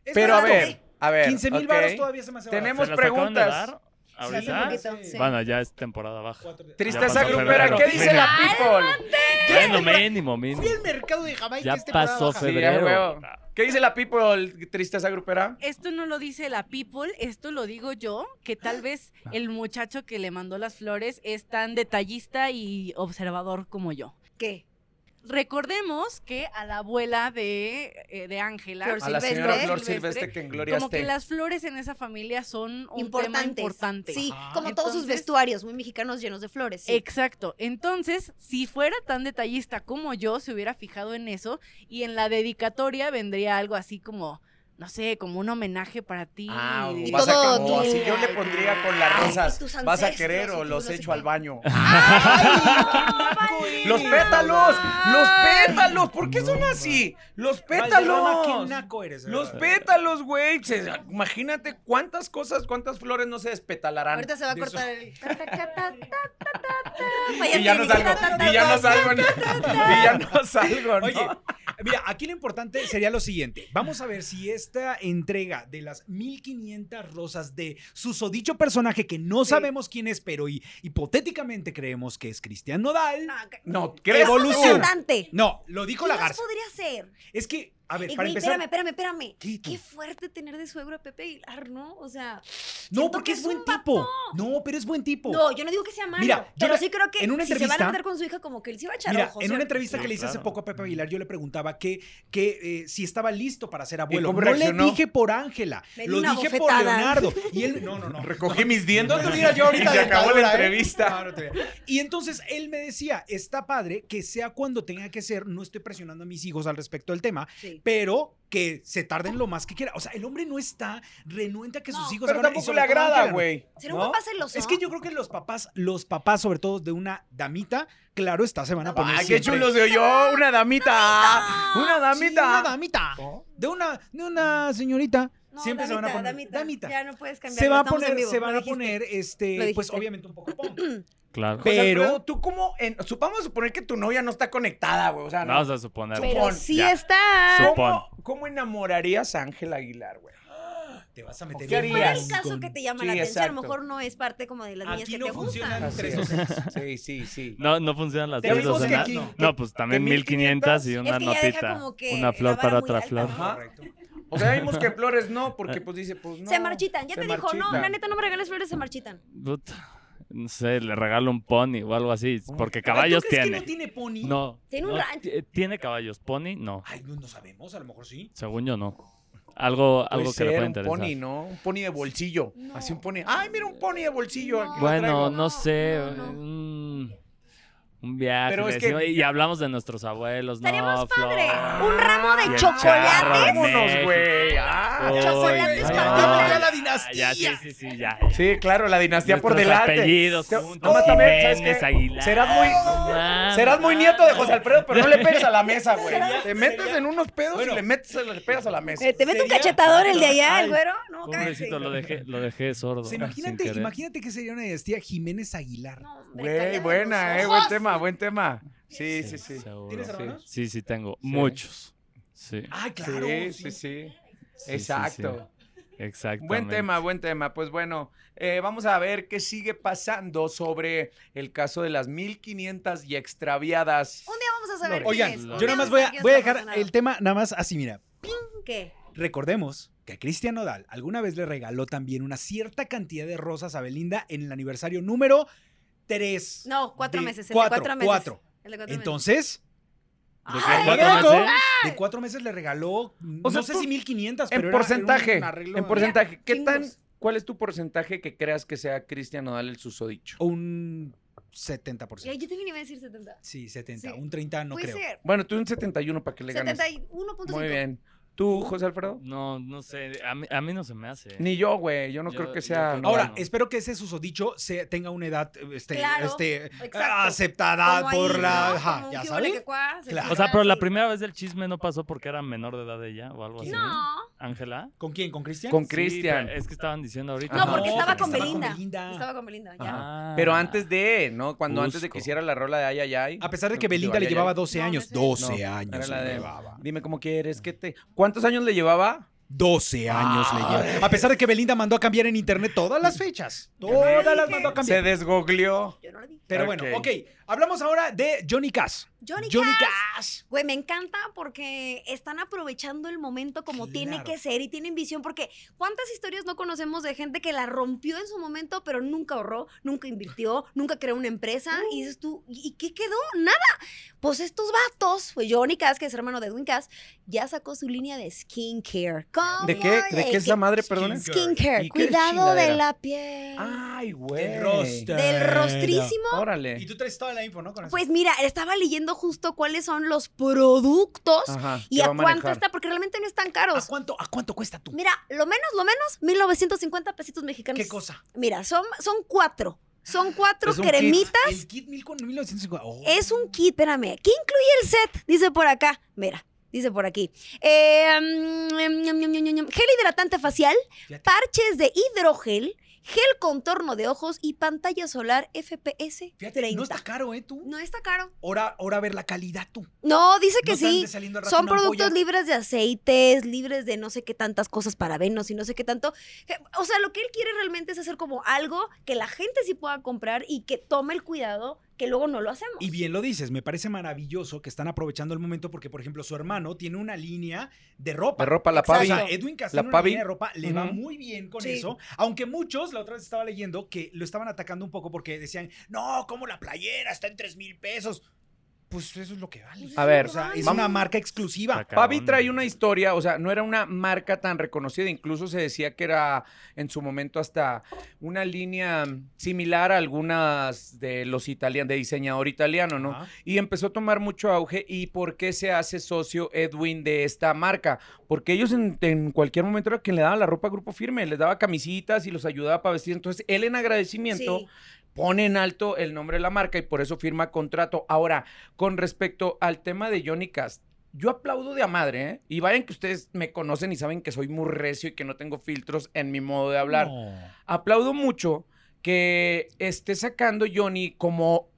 S4: Es
S3: Pero a
S4: barato.
S3: ver, a ver.
S4: 15 mil
S3: ok.
S4: varos todavía se me hace
S2: ¿Se
S3: Tenemos
S2: las acaban de
S3: preguntas.
S2: dar
S1: hace
S2: ahorita?
S1: poquito, sí.
S2: Bueno, ya es temporada baja.
S4: barato.
S3: Tristeza
S2: pasó
S3: grupera,
S2: febrero.
S3: ¿qué dice la
S1: Venga.
S3: people?
S2: Bueno, mínimo, mínimo.
S6: Fui al mercado de Jamaica
S2: Ya
S6: este
S2: pasó
S6: para abajo.
S3: Sí,
S2: Febrero.
S3: a huevo. ¿Qué dice la people, tristeza grupera?
S5: Esto no lo dice la people, esto lo digo yo, que tal vez el muchacho que le mandó las flores es tan detallista y observador como yo.
S1: ¿Qué?
S5: Recordemos que a la abuela de eh, de Ángela,
S1: Flor
S3: A la
S1: Silvestre,
S3: señora Flor
S5: Silvestre,
S3: Silvestre que en gloria
S5: como que
S3: esté.
S5: las flores en esa familia son un tema
S1: Importantes.
S5: importante.
S1: Sí,
S4: Ajá.
S1: como todos sus
S5: Entonces-
S1: vestuarios, muy mexicanos llenos de flores. sí.
S5: Exacto. Entonces, si fuera tan detallista como yo, se hubiera fijado en eso y en la dedicatoria vendría algo así como, no sé, como un homenaje para ti.
S3: Ah,
S5: Y-
S3: vas
S1: todo
S3: a como
S1: tú.
S3: así yo le pondría con las
S1: Ay,
S3: rosas.
S1: y tus
S3: ¿Vas a
S1: ancestros,
S3: querer
S1: y
S3: o
S1: tus
S3: los
S1: no sé
S3: echo al
S1: qué.
S3: baño?
S1: ¡Ay,
S3: Los pétalos, los pétalos, ¿por qué son así? Los
S4: Valderrama, qué
S3: pétalos.
S4: naco eres. de
S3: Los
S4: verdad.
S3: pétalos, güey. Se- Imagínate cuántas cosas, cuántas flores no se despetalarán.
S1: Ahorita se va a
S3: De
S1: cortar el.
S3: eso- Y ya no salgo, y ya no salgo, ni- y ya no salgo, ¿no?
S4: Oye, mira, aquí lo importante sería lo siguiente. Vamos a ver si esta entrega de las 1500 rosas de susodicho personaje que no sabemos quién es, pero hi- hipotéticamente creemos que es Cristian Nodal.
S3: no,
S1: ¿Qué
S3: creo.
S4: Evolución.
S1: Dante?
S4: No, lo dijo
S1: ¿Qué
S4: la
S1: más
S4: garza.
S1: podría ser?
S4: Es que, a ver,
S1: Y,
S4: para
S1: güey,
S4: empezar. Mm.
S1: espérame, espérame, espérame.
S4: ¿Qué, tú?
S1: Qué fuerte tener de suegro a Pepe Aguilar, ¿no? O sea,
S4: No,
S1: Siento
S4: porque
S1: que
S4: es
S1: es
S4: buen
S1: un
S4: tipo. No, pero es buen tipo.
S1: no, yo no digo que sea malo,
S4: Mira, yo
S1: pero
S4: la-
S1: sí creo que
S4: en una
S1: si se van
S4: entrevista-
S1: a meter con su hija, como que él sí va a echar
S4: Mira,
S1: ojos,
S4: en
S1: ¿sí?
S4: una entrevista
S2: Sí,
S4: que le hice hace
S2: claro.
S4: poco a Pepe Aguilar, yo le preguntaba que, que eh, si estaba listo para ser abuelo.
S3: cómo
S4: No le
S3: reaccionó?
S4: dije por Ángela,
S1: Me dio
S4: lo
S1: una
S4: dije por
S1: bofetada.
S4: Leonardo. Y él, no, no, no.
S3: Recogí mis dientes.
S4: No te hubiera yo ahorita
S3: y se
S4: de
S3: acabó la
S4: dentadura, ¿eh?
S3: entrevista.
S4: No, no te hubiera. Y entonces él me decía, está padre que sea cuando tenga que ser, no estoy presionando a mis hijos al respecto del tema,
S1: Sí.
S4: pero que se tarden lo más que quiera. O sea, el hombre no está renuente a que sus
S1: No.
S4: hijos
S3: Pero
S4: hagan- y
S3: tampoco
S4: sobre
S3: le
S4: todo Ángela,
S3: agrada,
S4: ¿no?
S3: güey.
S1: Será
S3: ¿no?
S1: un papá celoso.
S4: Es que yo creo que los papás, los papás, sobre todo de una damita, claro está, Ah, se van a poner
S3: Ay, qué
S4: siempre-
S3: chulo se oyó. Una damita. Una
S4: Sí, una
S3: damita.
S4: damita. De una, de una señorita.
S1: No,
S4: siempre se van a
S1: damita,
S4: poner.
S1: damita,
S4: damita.
S1: Ya no puedes cambiar.
S4: se va a poner, se van a poner, este,
S1: Lo
S4: pues
S1: dijiste.
S4: obviamente un poco punk.
S2: claro.
S4: Pe-
S3: José
S4: Pero-
S3: Alfredo, tú como en, su- vamos a suponer que tu novia no está conectada, güey. O sea, no.
S2: Vamos a suponer.
S3: Pero-
S1: Pero sí
S2: ya.
S1: está.
S2: Sup-
S3: ¿Cómo, cómo enamorarías a Ángel Aguilar, güey?
S4: Te vas a meter
S3: ¿Qué
S4: en
S1: Si fuera el
S3: harías?
S1: caso que te llama
S3: Sí,
S1: la atención, a
S3: exacto.
S1: lo mejor no es parte como de las niñas
S6: Aquí
S1: que
S6: no
S1: te
S6: funcionan
S1: gustan.
S3: Así
S6: tres
S3: es.
S6: docenas.
S3: Sí, sí, sí.
S2: No, no funcionan las
S3: Te
S2: dos
S3: digo que
S2: docenas.
S3: aquí-
S2: No, no, pues también 1500 y una
S1: Es que ya deja
S2: notita.
S1: como que
S2: Una flor
S1: la vara
S2: para
S1: muy
S2: otra
S1: alta,
S2: flor.
S1: ¿no?
S3: Ajá. O sea, vimos que flores no, porque pues dice, pues no.
S1: se marchitan. Ya
S3: se
S1: te dijo, no,
S3: marchitan.
S1: la neta no me regales flores, se marchitan.
S2: Puta, No sé, le regalo un pony o algo así. Porque
S6: Ay,
S2: caballos
S6: ¿tú crees
S2: tiene.
S6: Que no tiene pony?
S2: No.
S1: Tiene un
S2: no,
S1: rancho.
S2: ti- ¿Tiene caballos? ¿Pony? No.
S4: Ay, no, no sabemos, a lo mejor sí.
S2: Según yo, no. Algo,
S3: Puede
S2: algo
S3: Pues
S2: que
S3: ser
S2: le pueda
S3: un
S2: interesar.
S3: pony, ¿no? Un pony de bolsillo.
S1: No.
S3: Así un pony. Ay, mira un pony de bolsillo. aquí lo
S2: Bueno,
S3: traigo.
S2: no,
S1: No,
S2: sé.
S1: no, no.
S2: mm, un viaje.
S3: Pero es
S2: le decimos,
S3: que-
S2: Y hablamos de nuestros abuelos.
S1: Estaría
S2: no,
S1: más
S2: Flor.
S1: padre. Un ramo
S2: y el
S1: de
S2: charro,
S1: chocolates.
S3: Vámonos, güey.
S2: Uy,
S3: Ah.
S1: Chocolates
S2: no,
S1: para
S6: todos. Ya la
S2: ya, Ah,
S6: dinastía.
S2: Ya, sí, sí, sí, ya.
S3: Sí, claro, la dinastía por
S2: Nuestros
S3: delante.
S2: apellidos
S3: Te-
S2: juntos,
S3: nomás también, ¿sabes
S2: Jiménez,
S3: qué?
S2: Aguilar.
S3: Serás muy,
S2: Ah, No mames.
S3: serás muy nieto de José Alfredo, pero no le pegues a la mesa, güey.
S6: Sería-
S3: Te metes
S6: sería-
S3: en unos pedos
S6: Bueno.
S3: y le metes, le pegas a la mesa.
S1: Eh, te mete un
S6: Sería-
S1: cachetador el de allá,
S2: Ay,
S1: el güero. No,
S2: Pobrecito,
S1: cállate.
S2: lo dejé, lo dejé sordo.
S4: O sea,
S2: sin
S4: imagínate,
S2: querer.
S4: imagínate que sería una dinastía Jiménez Aguilar.
S1: No, hombre, cállate
S3: Güey,
S1: los
S3: buena, eh,
S1: ojos.
S3: buen tema, buen tema. Sí, sí, sí.
S2: seguro.
S6: ¿Tienes hermanos?
S2: Sí, sí, tengo.
S3: Sí.
S2: Muchos. Sí.
S4: Ah, claro.
S3: Sí, sí,
S4: sí.
S3: sí.
S2: sí,
S3: Exacto.
S2: Exacto.
S3: Buen tema, buen tema. Pues bueno, eh, vamos a ver qué sigue pasando sobre el caso de las 1500 y extraviadas.
S1: Un día vamos a saber.
S3: Lore.
S1: quién es.
S6: Oigan,
S1: Un
S6: yo
S1: día
S6: nada más
S1: vamos
S6: voy a,
S1: saber quién
S6: voy a
S1: es
S6: dejar
S1: apasionado.
S6: el tema nada más así, mira.
S1: ¿Qué?
S4: Recordemos que a Cristian Nodal alguna vez le regaló también una cierta cantidad de rosas a Belinda en el aniversario número 3.
S1: No, cuatro meses. El
S4: Cuatro,
S1: de cuatro meses. Ah,
S4: cuatro.
S1: El de cuatro
S4: Entonces, pues,
S1: meses.
S2: qué?
S1: Ay,
S2: ¿Cuatro
S1: no.
S2: meses?
S4: de cuatro meses le regaló,
S3: sea,
S4: no sé
S3: tú-
S4: si 1500, pero
S3: En
S4: era- era un
S3: porcentaje,
S4: arreglo-
S3: en porcentaje, ¿qué tan,
S1: chingos.
S3: cuál es tu porcentaje que creas que sea Cristian Nodal el susodicho?
S4: Un
S1: Ya,
S4: 70%.
S1: Yo también iba a decir 70.
S4: Sí, 70.
S1: Sí.
S4: Un 30 no
S1: Puede
S4: creo.
S1: ser.
S3: Bueno, tú un 71 para que le ganes.
S1: 71.5.
S3: Muy bien. ¿Tú, José Alfredo?
S2: No, no sé. A mí, a mí no se me hace.
S3: Ni yo, güey. Yo no
S2: Yo-
S3: creo que
S2: yo
S3: sea.
S2: creo que
S3: Nodal.
S4: Ahora,
S2: no.
S4: espero que ese susodicho se tenga una edad este,
S1: Claro,
S4: este,
S1: exacto.
S4: aceptada
S1: Como ahí,
S4: por la...
S1: ¿no?
S4: ajá,
S1: Como un
S4: ¿Ya
S1: que
S4: sabes?
S1: huele que cuá, se
S4: Claro.
S2: O sea, pero la
S1: sí.
S2: primera vez del chisme no pasó porque era menor de edad ella o algo así.
S1: No,
S2: ¿Ángela?
S4: ¿Con quién? ¿Con Cristian?
S3: Con
S2: Sí,
S3: Cristian.
S2: pero es que estaban diciendo ahorita.
S1: no,
S3: Ajá.
S1: porque
S3: No,
S1: estaba
S3: porque
S1: con
S3: estaba
S1: Belinda.
S4: Belinda.
S1: Estaba con Belinda, ya.
S2: Ah.
S3: Pero antes de, ¿no? Cuando antes de que
S2: Cusco.
S3: hiciera la rola de Ay, ay, ay.
S4: A pesar de que
S3: Digo,
S4: Belinda
S3: ay,
S4: le
S3: ay,
S4: llevaba
S3: ay.
S4: 12
S5: No, no
S4: años.
S5: sé.
S4: 12
S3: No, era
S4: años
S3: la
S4: le
S3: de-
S4: llevaba.
S3: Dime cómo quieres que te. ¿Cuántos años le llevaba?
S4: 12
S3: Ah.
S4: años le llevaba. A pesar de que Belinda mandó a cambiar en internet todas las fechas. Todas las mandó a
S3: Se
S4: cambiar.
S3: desgoglió.
S1: Yo no lo dije.
S4: Pero bueno,
S3: Ok.
S4: ok. Hablamos ahora de Johnny Cash.
S1: Johnny,
S4: Johnny
S1: Cash.
S4: Cash.
S1: Güey, me encanta porque están aprovechando el momento como tiene
S4: Claro.
S1: que ser y tienen visión porque cuántas historias no conocemos de gente que la rompió en su momento pero nunca ahorró, nunca invirtió, nunca creó una empresa
S3: Uh.
S1: y dices tú, ¿y y qué quedó? Nada. Pues estos vatos, pues Johnny Cash, que es hermano de Edwin Cash, ya sacó su línea de skincare. ¿Cómo
S3: ¿De qué? ¿De qué es la madre, perdón? ¿Y
S1: Skincare,
S3: qué
S1: cuidado de
S3: chingadera? Ah,
S1: la piel.
S3: Ay, güey.
S1: Del rostrísimo.
S3: Órale.
S6: Y tú traes toda la info, ¿no? Con eso.
S1: Pues mira, estaba leyendo justo cuáles son los productos
S3: Ajá,
S1: y
S3: que
S1: a
S3: va
S1: cuánto
S3: manejar.
S1: está, porque realmente no están
S4: ¿A
S1: caros.
S4: cuánto, ¿A cuánto cuesta tú?
S1: Mira, lo menos, lo menos, 1950 pesitos mexicanos.
S4: ¿Qué cosa?
S1: Mira, son, son cuatro. Son cuatro
S3: Es un
S1: cremitas.
S4: El kit mil con- 1950. Oh.
S1: Es un kit, espérame. ¿Qué incluye el set? Dice por acá. Mira, dice por aquí. Eh, mm, em, ñam, ñam, ñam, ñam, ñam. gel hidratante facial,
S4: Fíjate.
S1: parches de hidrogel, gel contorno de ojos y pantalla solar FPS
S4: Fíjate,
S1: 30.
S4: no está caro, ¿eh? Tú.
S1: No está caro.
S4: Ahora, ahora a ver la calidad tú.
S1: No, dice que
S4: No te
S1: sí.
S4: andes saliendo al rato
S1: Son
S4: una
S1: productos
S4: ampolla.
S1: libres de aceites, libres de no sé qué tantas cosas para venos y no sé qué tanto. O sea, lo que él quiere realmente es hacer como algo que la gente sí pueda comprar y que tome el cuidado que luego no lo hacemos.
S4: Y bien lo dices, me parece maravilloso que están aprovechando el momento porque, por ejemplo, su hermano tiene una línea de ropa.
S3: De ropa, la
S4: O
S3: pavi.
S4: sea, Edwin
S3: La
S4: Castillo, una
S3: Pavi.
S4: línea de ropa, le va
S3: Ujú.
S4: muy bien con
S1: Sí.
S4: eso. Aunque muchos, la otra vez estaba leyendo, que lo estaban atacando un poco porque decían, no, como la playera está en 3 mil pesos. Pues eso es lo que vale.
S1: Pues
S3: A ver,
S4: O sea, es
S1: Vamos.
S4: una marca exclusiva.
S2: Está
S3: Pavi
S2: cabrón.
S3: trae una historia, o sea, no era una marca tan reconocida, incluso se decía que era en su momento hasta una línea similar a algunas de los italianos, de diseñador italiano, ¿no?
S4: Ajá.
S3: Y empezó a tomar mucho auge. ¿Y por qué se hace socio Edwin de esta marca? Porque ellos en, en cualquier momento era quien le daba la ropa a grupo firme, les daba camisitas y los ayudaba para vestir. Entonces, él en agradecimiento
S1: Sí.
S3: pone en alto el nombre de la marca y por eso firma contrato. Ahora, con respecto al tema de Johnny Cast, yo aplaudo de a madre, ¿eh? Y vayan que ustedes me conocen y saben que soy muy recio y que no tengo filtros en mi modo de hablar. Aplaudo mucho que esté sacando Johnny como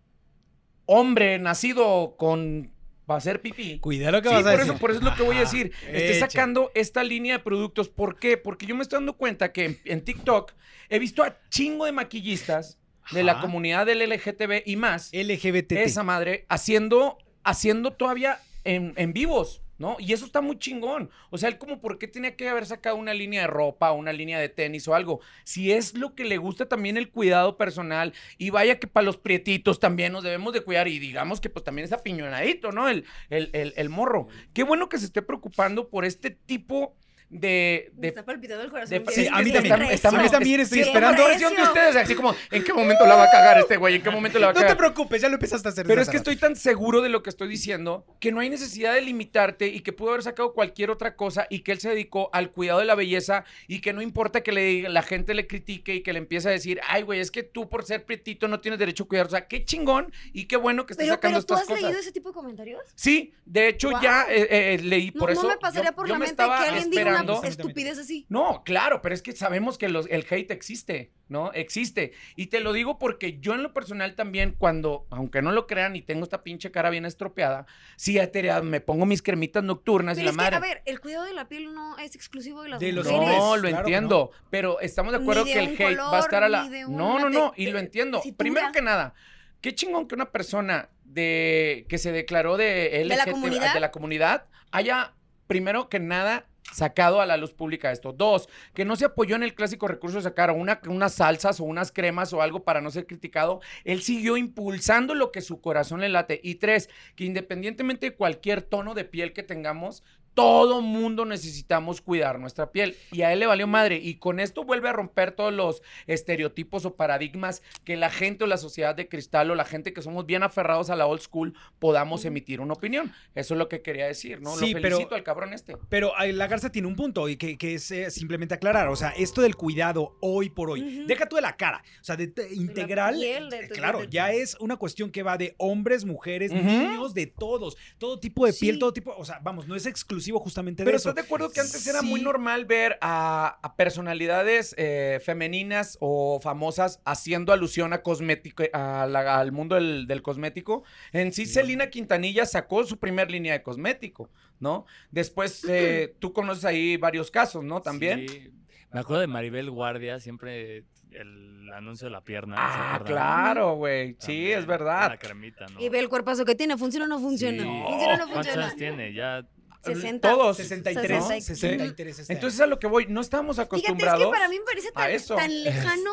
S3: hombre nacido con va a ser pipí.
S6: Cuidado lo que
S3: Sí,
S6: vas a
S3: por
S6: decir.
S3: eso, por eso es lo que voy a
S6: Ajá,
S3: decir. Esté
S6: echa.
S3: sacando esta línea de productos. ¿Por qué? Porque yo me estoy dando cuenta que en, en TikTok he visto a chingo de maquillistas de la
S6: Ajá.
S3: comunidad del LGTB y más.
S4: LGBT.
S3: Esa madre haciendo, haciendo todavía en, en vivos, ¿no? Y eso está muy chingón. O sea, él como por qué tenía que haber sacado una línea de ropa, una línea de tenis o algo. Si es lo que le gusta también el cuidado personal y vaya que para los prietitos también nos debemos de cuidar y digamos que pues también es apiñonadito, ¿no? El, el, el, el morro. Qué bueno que se esté preocupando por este tipo de...
S1: Me
S3: de
S1: está palpitando el
S3: de- pues
S1: corazón.
S3: sí,
S1: bien
S3: a mí
S1: recio.
S3: también, está-
S1: Sí,
S6: A mí también estoy
S1: bien
S4: Pues,
S6: esperando
S1: recio.
S3: versión de ustedes, así como, ¿en qué momento la va a cagar este güey? ¿En qué momento la va a
S6: No te
S3: cagar?
S6: preocupes, ya lo empezaste a hacer.
S3: Pero
S6: desde
S3: es que
S6: hace
S3: estoy tan seguro de lo que estoy diciendo que no hay necesidad de limitarte y que pudo haber sacado cualquier otra cosa y que él se dedicó al cuidado de la belleza y que no importa que le diga- la gente le critique y que le empiece a decir, ay, güey, es que tú por ser prietito no tienes derecho a cuidar. O sea, qué chingón y qué bueno que estés
S1: Pero,
S3: sacando
S1: pero tú has
S3: estas cosas.
S1: leído ese tipo de comentarios?
S3: Sí, de hecho
S1: Guau.
S3: ya eh, eh, leí
S1: No,
S3: por
S1: no
S3: eso.
S1: me pasaría
S3: yo-
S1: por
S3: yo
S1: la
S3: me
S1: mente que
S3: estaba
S1: alguien diga
S3: esperando-
S1: una estupidez así.
S3: no, claro, pero es que sabemos que los- el hate existe, ¿no? Existe. Y te lo digo porque yo en lo personal también, cuando, aunque no lo crean y tengo esta pinche cara bien estropeada, sí, ya te- me pongo mis cremitas nocturnas
S1: Pero
S3: y la
S1: es que,
S3: madre.
S1: a ver, el cuidado de la piel no es exclusivo de las
S4: De los
S1: mujeres.
S4: hombres.
S3: no, lo
S4: claro que
S3: entiendo, pero estamos de
S1: Ni
S3: acuerdo
S1: de
S3: que el
S1: un
S3: hate va a estar a la...
S1: color, ni de
S3: No,
S1: una
S3: no, no,
S1: te- eh,
S3: y
S1: te-
S3: lo entiendo.
S1: cintura.
S3: Primero que nada, qué chingón que una persona de que se declaró de,
S1: la
S3: LGBT
S1: comunidad?
S3: ah, de la comunidad haya, primero que nada, sacado a la luz pública esto. Dos, que no se apoyó en el clásico recurso de sacar una, unas salsas o unas cremas o algo para no ser criticado. Él siguió impulsando lo que su corazón le late. Y tres, que independientemente de cualquier tono de piel que tengamos, todo mundo necesitamos cuidar nuestra piel. Y a él le valió madre. Y con esto vuelve a romper todos los estereotipos o paradigmas que la gente o la sociedad de cristal o la gente que somos bien aferrados a la old school podamos emitir una opinión. Eso es lo que quería decir, ¿no?
S4: Sí,
S3: lo
S4: pero-
S3: felicito al cabrón este.
S4: Pero eh, la garza tiene un punto y que, que es eh, simplemente aclarar. O sea, esto del cuidado hoy por hoy,
S1: Ujú.
S4: deja tú de la cara. O sea, de, te- integral.
S1: piel, de-
S4: eh,
S1: de-
S4: claro,
S1: de-
S4: ya es una cuestión que va de hombres, mujeres,
S3: Ujú.
S4: niños, de todos. Todo tipo de piel,
S1: Sí.
S4: todo tipo. O sea, vamos, no es exclusivo justamente
S3: Pero
S4: de eso.
S3: ¿estás de acuerdo que antes era muy
S4: Sí.
S3: normal ver a, a personalidades eh, femeninas o famosas haciendo alusión a cosmético, a la- al mundo del, del cosmético? En sí, Celina Quintanilla sacó su primer línea de cosmético, ¿no? Después, eh, tú conoces ahí varios casos, ¿no? También.
S2: Sí. Me acuerdo de Maribel Guardia, siempre el anuncio de la pierna. ¿se
S3: Ah,
S2: acuerdan?
S3: claro, güey. Sí,
S2: También,
S3: es verdad.
S2: La cremita, ¿no?
S1: Y ve el cuerpazo que tiene, funciona o no funciona.
S2: Sí. Oh,
S1: Funciona o no
S2: ¿Cuántos
S1: funciona.
S2: años tiene? Ya.
S1: 60.
S3: Todos.
S4: 63,
S1: ¿no?
S4: 63 este
S3: Entonces a lo que voy, no estamos
S1: Fíjate, es
S3: acostumbrados.
S1: que para mí me parece
S3: a
S1: tan,
S3: eso.
S1: tan lejano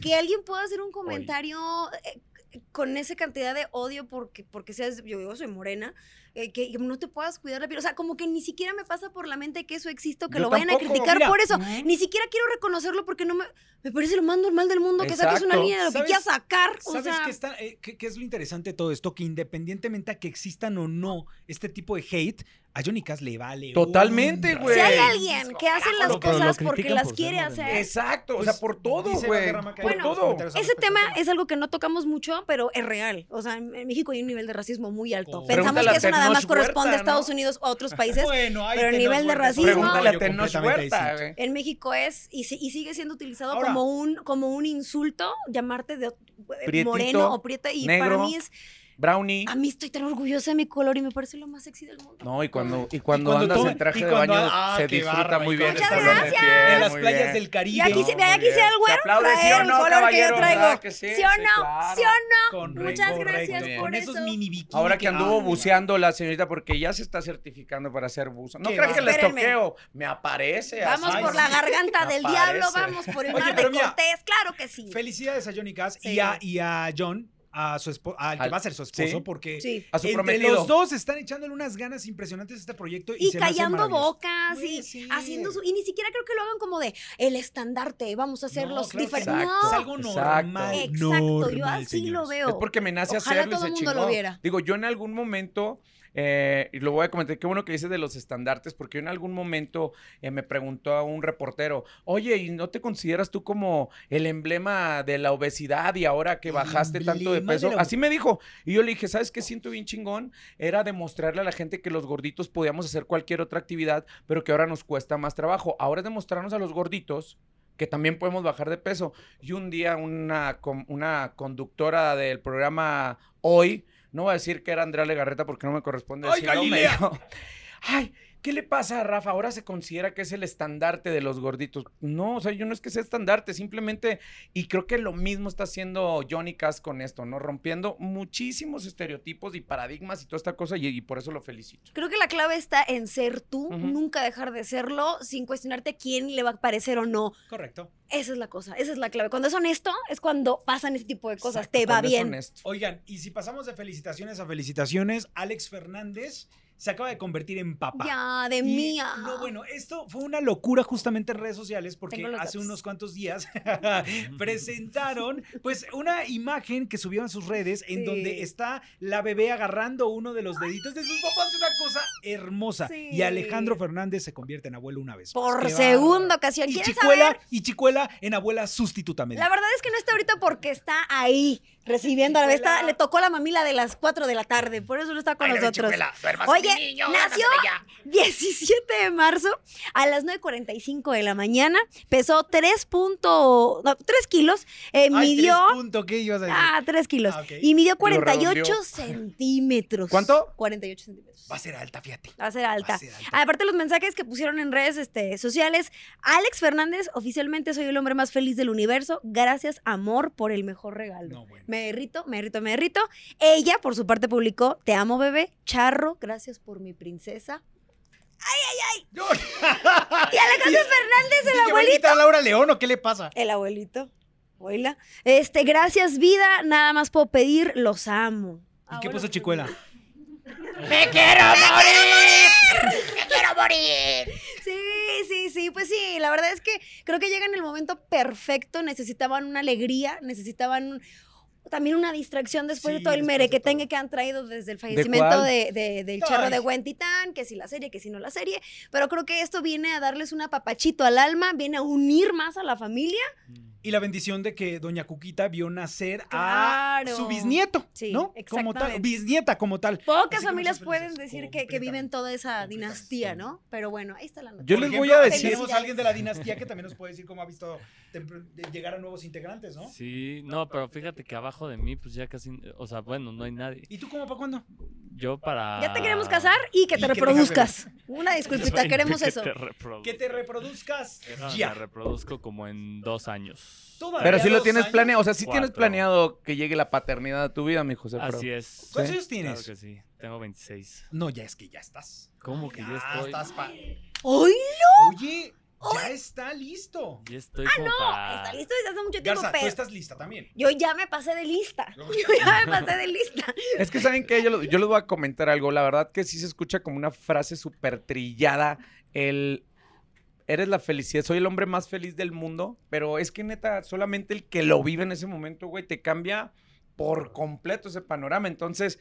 S1: que alguien pueda hacer un comentario eh, con esa cantidad de odio porque, porque seas, yo, yo soy morena, eh, que no te puedas cuidar la piel. O sea, como que ni siquiera me pasa por la mente que eso existe o que
S3: Yo
S1: lo vayan
S3: tampoco,
S1: a criticar
S4: mira.
S1: por eso. Ni siquiera quiero reconocerlo porque no me, me parece lo más normal del mundo que saques una
S3: Exacto.
S1: línea de lo que
S4: ¿Sabes-
S1: quieras sacar. O
S4: ¿Sabes
S1: sea,
S4: qué, está- eh, qué- qué es lo interesante de todo esto? Que independientemente a que existan o no este tipo de hate, a Johnny Cass le vale.
S3: Totalmente,
S4: un
S3: güey.
S1: si
S4: rayo.
S1: hay
S3: güey.
S1: alguien que hace las
S2: pero lo
S1: cosas porque
S2: critican
S1: las
S2: por ser
S1: quiere
S2: morena.
S1: hacer,
S3: Exacto, o sea,
S4: Pues,
S3: por todo,
S4: dice
S3: güey.
S4: Valderrama que hay
S3: Por
S1: Bueno,
S3: todo.
S4: comentarios al
S1: Ese
S4: respecto del
S1: tema es algo que no tocamos mucho, pero es real. O sea, en en México hay un nivel de racismo muy alto.
S4: Oh.
S1: Pensamos
S3: Pregúntale
S1: que
S3: a
S1: eso nada
S3: Tenoch
S1: más corresponde
S3: Huerta,
S1: a Estados
S3: ¿no?
S1: Unidos o a otros países.
S6: Bueno, ahí
S1: Pero el
S6: tenemos
S1: nivel de
S6: vueltas.
S1: racismo-
S3: Pregúntale a
S6: Yo
S3: Tenoch
S6: completamente
S3: Huerta,
S6: distinto.
S3: güey.
S1: En México es y, si- y sigue siendo utilizado
S4: Ahora.
S1: como un como un insulto llamarte de ot- eh,
S3: Prietito,
S1: moreno o prieta y
S3: negro.
S1: para mí es
S3: Brownie.
S1: a mí estoy tan orgullosa de mi color y me parece lo más sexy del mundo.
S3: No, y cuando, y cuando,
S4: cuando
S3: andas
S4: toma-
S3: en traje
S4: y
S3: de
S4: cuando
S3: baño
S4: a- ah,
S3: se
S4: qué
S3: disfruta
S4: barba,
S3: muy
S4: y
S3: bien.
S1: cuando-
S3: ese
S1: Muchas
S3: olor de
S1: gracias.
S3: piel,
S4: En las
S3: muy
S4: playas
S3: bien.
S4: del
S1: Y
S4: Caribe.
S1: aquí, se,
S3: No,
S1: ve
S3: muy
S1: aquí
S3: bien.
S1: sea el güero,
S3: Se aplaude,
S1: traer
S3: ¿sí o
S1: el
S3: no,
S1: color que yo
S3: caballero? ¿Verdad
S1: traigo.
S3: que sí?
S1: ¿Sí o
S3: Sí,
S1: no?
S3: claro.
S1: ¿Sí o no?
S4: Con-
S1: Muchas
S4: correcto,
S1: gracias
S3: bien.
S1: por
S4: Con
S1: eso.
S4: esos mini bikinis
S3: Ahora que anduvo
S4: ah,
S3: buceando la señorita porque ya se está certificando para ser buzo. No
S4: Qué
S3: crean que la
S1: bárbaro.
S3: toqueo. Me aparece.
S1: Vamos
S3: así.
S1: por la garganta del diablo,
S3: Aparece.
S1: vamos por el
S4: Oye,
S1: mar de
S4: pero mira,
S1: Cortés, claro que sí.
S4: Felicidades a Johnny Cass y,
S1: Sí.
S4: a, y a John, a su espo- al que
S3: Al-
S4: va a ser su esposo,
S3: sí.
S4: porque
S1: Sí.
S3: A su
S4: entre
S3: prometido.
S4: los dos están echándole unas ganas impresionantes a este proyecto. Y,
S1: y
S4: se me hace
S1: callando
S4: maravilloso.
S1: bocas
S4: Güey,
S1: y
S4: sí.
S1: haciendo su y ni siquiera creo que lo hagan como de el estandarte vamos a hacer
S4: No,
S1: los
S4: claro que
S1: diferentes
S3: sí.
S1: no
S4: Es algo
S3: Exacto.
S4: normal.
S1: exacto yo
S4: normal,
S1: así lo
S4: señores.
S1: veo
S3: Es porque me nace
S1: Ojalá
S3: hacerlo y
S1: todo
S3: se
S1: mundo lo
S3: chingó.
S1: viera.
S3: Digo, yo en algún momento, eh, y lo voy a comentar, qué bueno que dices de los estandartes, porque yo en algún momento eh, me preguntó a un reportero, oye, ¿y no te consideras tú como el emblema de la obesidad y ahora que
S4: El
S3: bajaste tanto de
S4: emblema de
S3: peso?
S4: la-
S3: Así me dijo. Y yo le dije, ¿sabes qué siento bien chingón? Era demostrarle a la gente que los gorditos podíamos hacer cualquier otra actividad, pero que ahora nos cuesta más trabajo. Ahora es demostrarnos a los gorditos que también podemos bajar de peso. Y un día una, com- una conductora del programa Hoy, no voy a decir que era Andrea Legarreta porque no me corresponde
S4: ¡Ay,
S3: decirlo, me
S4: Galilea!
S3: dijo, ay, ¿qué le pasa a Rafa? Ahora se considera que es el estandarte de los gorditos. No, o sea, yo no es que sea estandarte, simplemente, y creo que lo mismo está haciendo Johnny Cass con esto, ¿no? Rompiendo muchísimos estereotipos y paradigmas y toda esta cosa, y, y por eso lo felicito.
S1: Creo que la clave está en ser tú,
S3: Ujú.
S1: nunca dejar de serlo, sin cuestionarte quién le va a parecer o no.
S6: Correcto.
S1: Esa es la cosa, esa es la clave. Cuando es honesto, es cuando pasan este tipo de cosas.
S3: Exacto,
S1: Te va
S3: cuando es
S1: bien.
S3: honesto.
S4: Oigan, y si pasamos de felicitaciones a felicitaciones, Alex Fernández se acaba de convertir en papá.
S1: Ya, de ah,
S4: Y,
S1: mía.
S4: No, bueno, esto fue una locura justamente en redes sociales porque
S1: Tengo los
S4: hace
S1: datos.
S4: unos cuantos días presentaron pues una imagen que subieron a sus redes en
S1: Sí.
S4: donde está la bebé agarrando uno de los deditos de sus papás, una cosa hermosa.
S1: Sí.
S4: Y Alejandro Fernández se convierte en abuelo una vez. más.
S1: Por
S4: Qué
S1: segunda
S4: bárbaro.
S1: ocasión.
S4: Y
S1: ¿Quieres
S4: Chicuela,
S1: saber?
S4: y Chicuela en abuela sustituta médica.
S1: La verdad es que no está ahorita porque está ahí recibiendo. La está, le tocó la mamila de las 4 de la tarde, por eso no está con nosotros. Oye, nació 17 de marzo a las 9.45 de la mañana, pesó 3, punto, no, 3 kilos, eh,
S6: Ay, tres
S1: midió...
S6: punto, ¿qué ibas a decir?
S1: Ah, 3 kilos.
S6: Ah, ok.
S1: Y midió
S3: redondeó.
S1: 48 centímetros.
S3: ¿Cuánto?
S1: 48 centímetros.
S6: Va a ser alta, fíjate.
S1: Va a ser alta.
S6: Va a ser alta.
S1: Aparte los mensajes que pusieron en redes este, sociales, Alex Fernández, oficialmente soy el hombre más feliz del universo. Gracias, amor, por el mejor regalo.
S4: No, bueno.
S1: Me derrito, me derrito, me derrito. Ella, por su parte, publicó, te amo, bebé. Charro, gracias por mi princesa. ¡Ay, ay, ay! y Alejandro Fernández, el
S6: ¿Qué va a
S1: abuelito.
S6: invitar Laura León o qué le pasa?
S1: El abuelito. Abuela. Este, gracias, vida. Nada más puedo pedir, los amo.
S4: ¿Y qué puso Chicuela?
S1: Sí, sí, sí, pues sí, la verdad es que creo que llega en el momento perfecto, necesitaban una alegría, necesitaban un- también una distracción después de
S6: Sí,
S1: todo el
S6: después
S1: mere
S6: de
S1: que
S6: todo.
S1: tenga que han traído desde el fallecimiento
S3: cuál?
S1: de de- del charro
S6: Ay.
S1: de Gwen Titán, que si la serie, que si no la serie, pero creo que esto viene a darles un apapachito al alma, viene a unir más a la familia.
S4: Y la bendición de que Doña Cuquita vio nacer a
S1: Claro.
S4: su bisnieto,
S1: Sí,
S4: ¿no? Como tal,
S1: exactamente.
S4: bisnieta como tal.
S1: Pocas
S4: que
S1: familias
S4: muchas
S1: pueden
S4: felices,
S1: decir que, que viven
S4: completamente,
S1: toda esa
S4: completamente.
S1: dinastía, ¿no? Pero bueno, ahí está la noticia.
S3: Yo
S6: Por
S3: les
S6: ejemplo,
S3: voy a
S6: ahí
S3: decir-
S6: Tenemos a alguien de la dinastía que también nos puede decir cómo ha visto tempr- de llegar a nuevos integrantes, ¿no?
S2: Sí, no, pero fíjate que abajo de mí, pues ya casi. O sea, bueno, no hay nadie.
S4: ¿Y tú cómo para cuándo?
S2: Yo para.
S1: Ya te queremos casar
S6: Y
S1: y que te
S6: que tengas
S1: reproduzcas. Una disculpita, queremos
S2: Que
S1: eso.
S2: te reproduzca.
S6: Que te reproduzcas
S3: Eh,
S2: Ah,
S6: ya.
S2: Me reproduzco como en dos años.
S6: Todavía
S3: Pero
S6: Había
S3: si lo
S6: dos
S3: tienes
S6: años.
S3: planeado, o sea, si tienes
S2: Cuatro.
S3: planeado que llegue la paternidad a tu vida, mi José Alfredo.
S2: Así es.
S4: ¿Cuántos
S3: Sí,
S4: años tienes?
S2: Claro que sí. Tengo 26.
S4: No, ya es que ya estás.
S2: ¿Cómo que ya
S6: Ah,
S2: estoy?
S6: estás pa-
S1: ¡Ay!
S4: Oye, ya está listo.
S2: Ya estoy
S1: Ah,
S2: como para.
S1: Está listo desde hace mucho tiempo,
S6: Garza, tú
S1: pero
S6: estás lista también.
S1: yo ya me pasé de lista. Yo ya me pasé de lista.
S3: Es que saben que yo, lo- yo les voy a comentar algo. La verdad que sí se escucha como una frase súper trillada. El eres la felicidad, soy el hombre más feliz del mundo. Pero es que neta, solamente el que lo vive en ese momento, güey, te cambia por completo ese panorama. Entonces,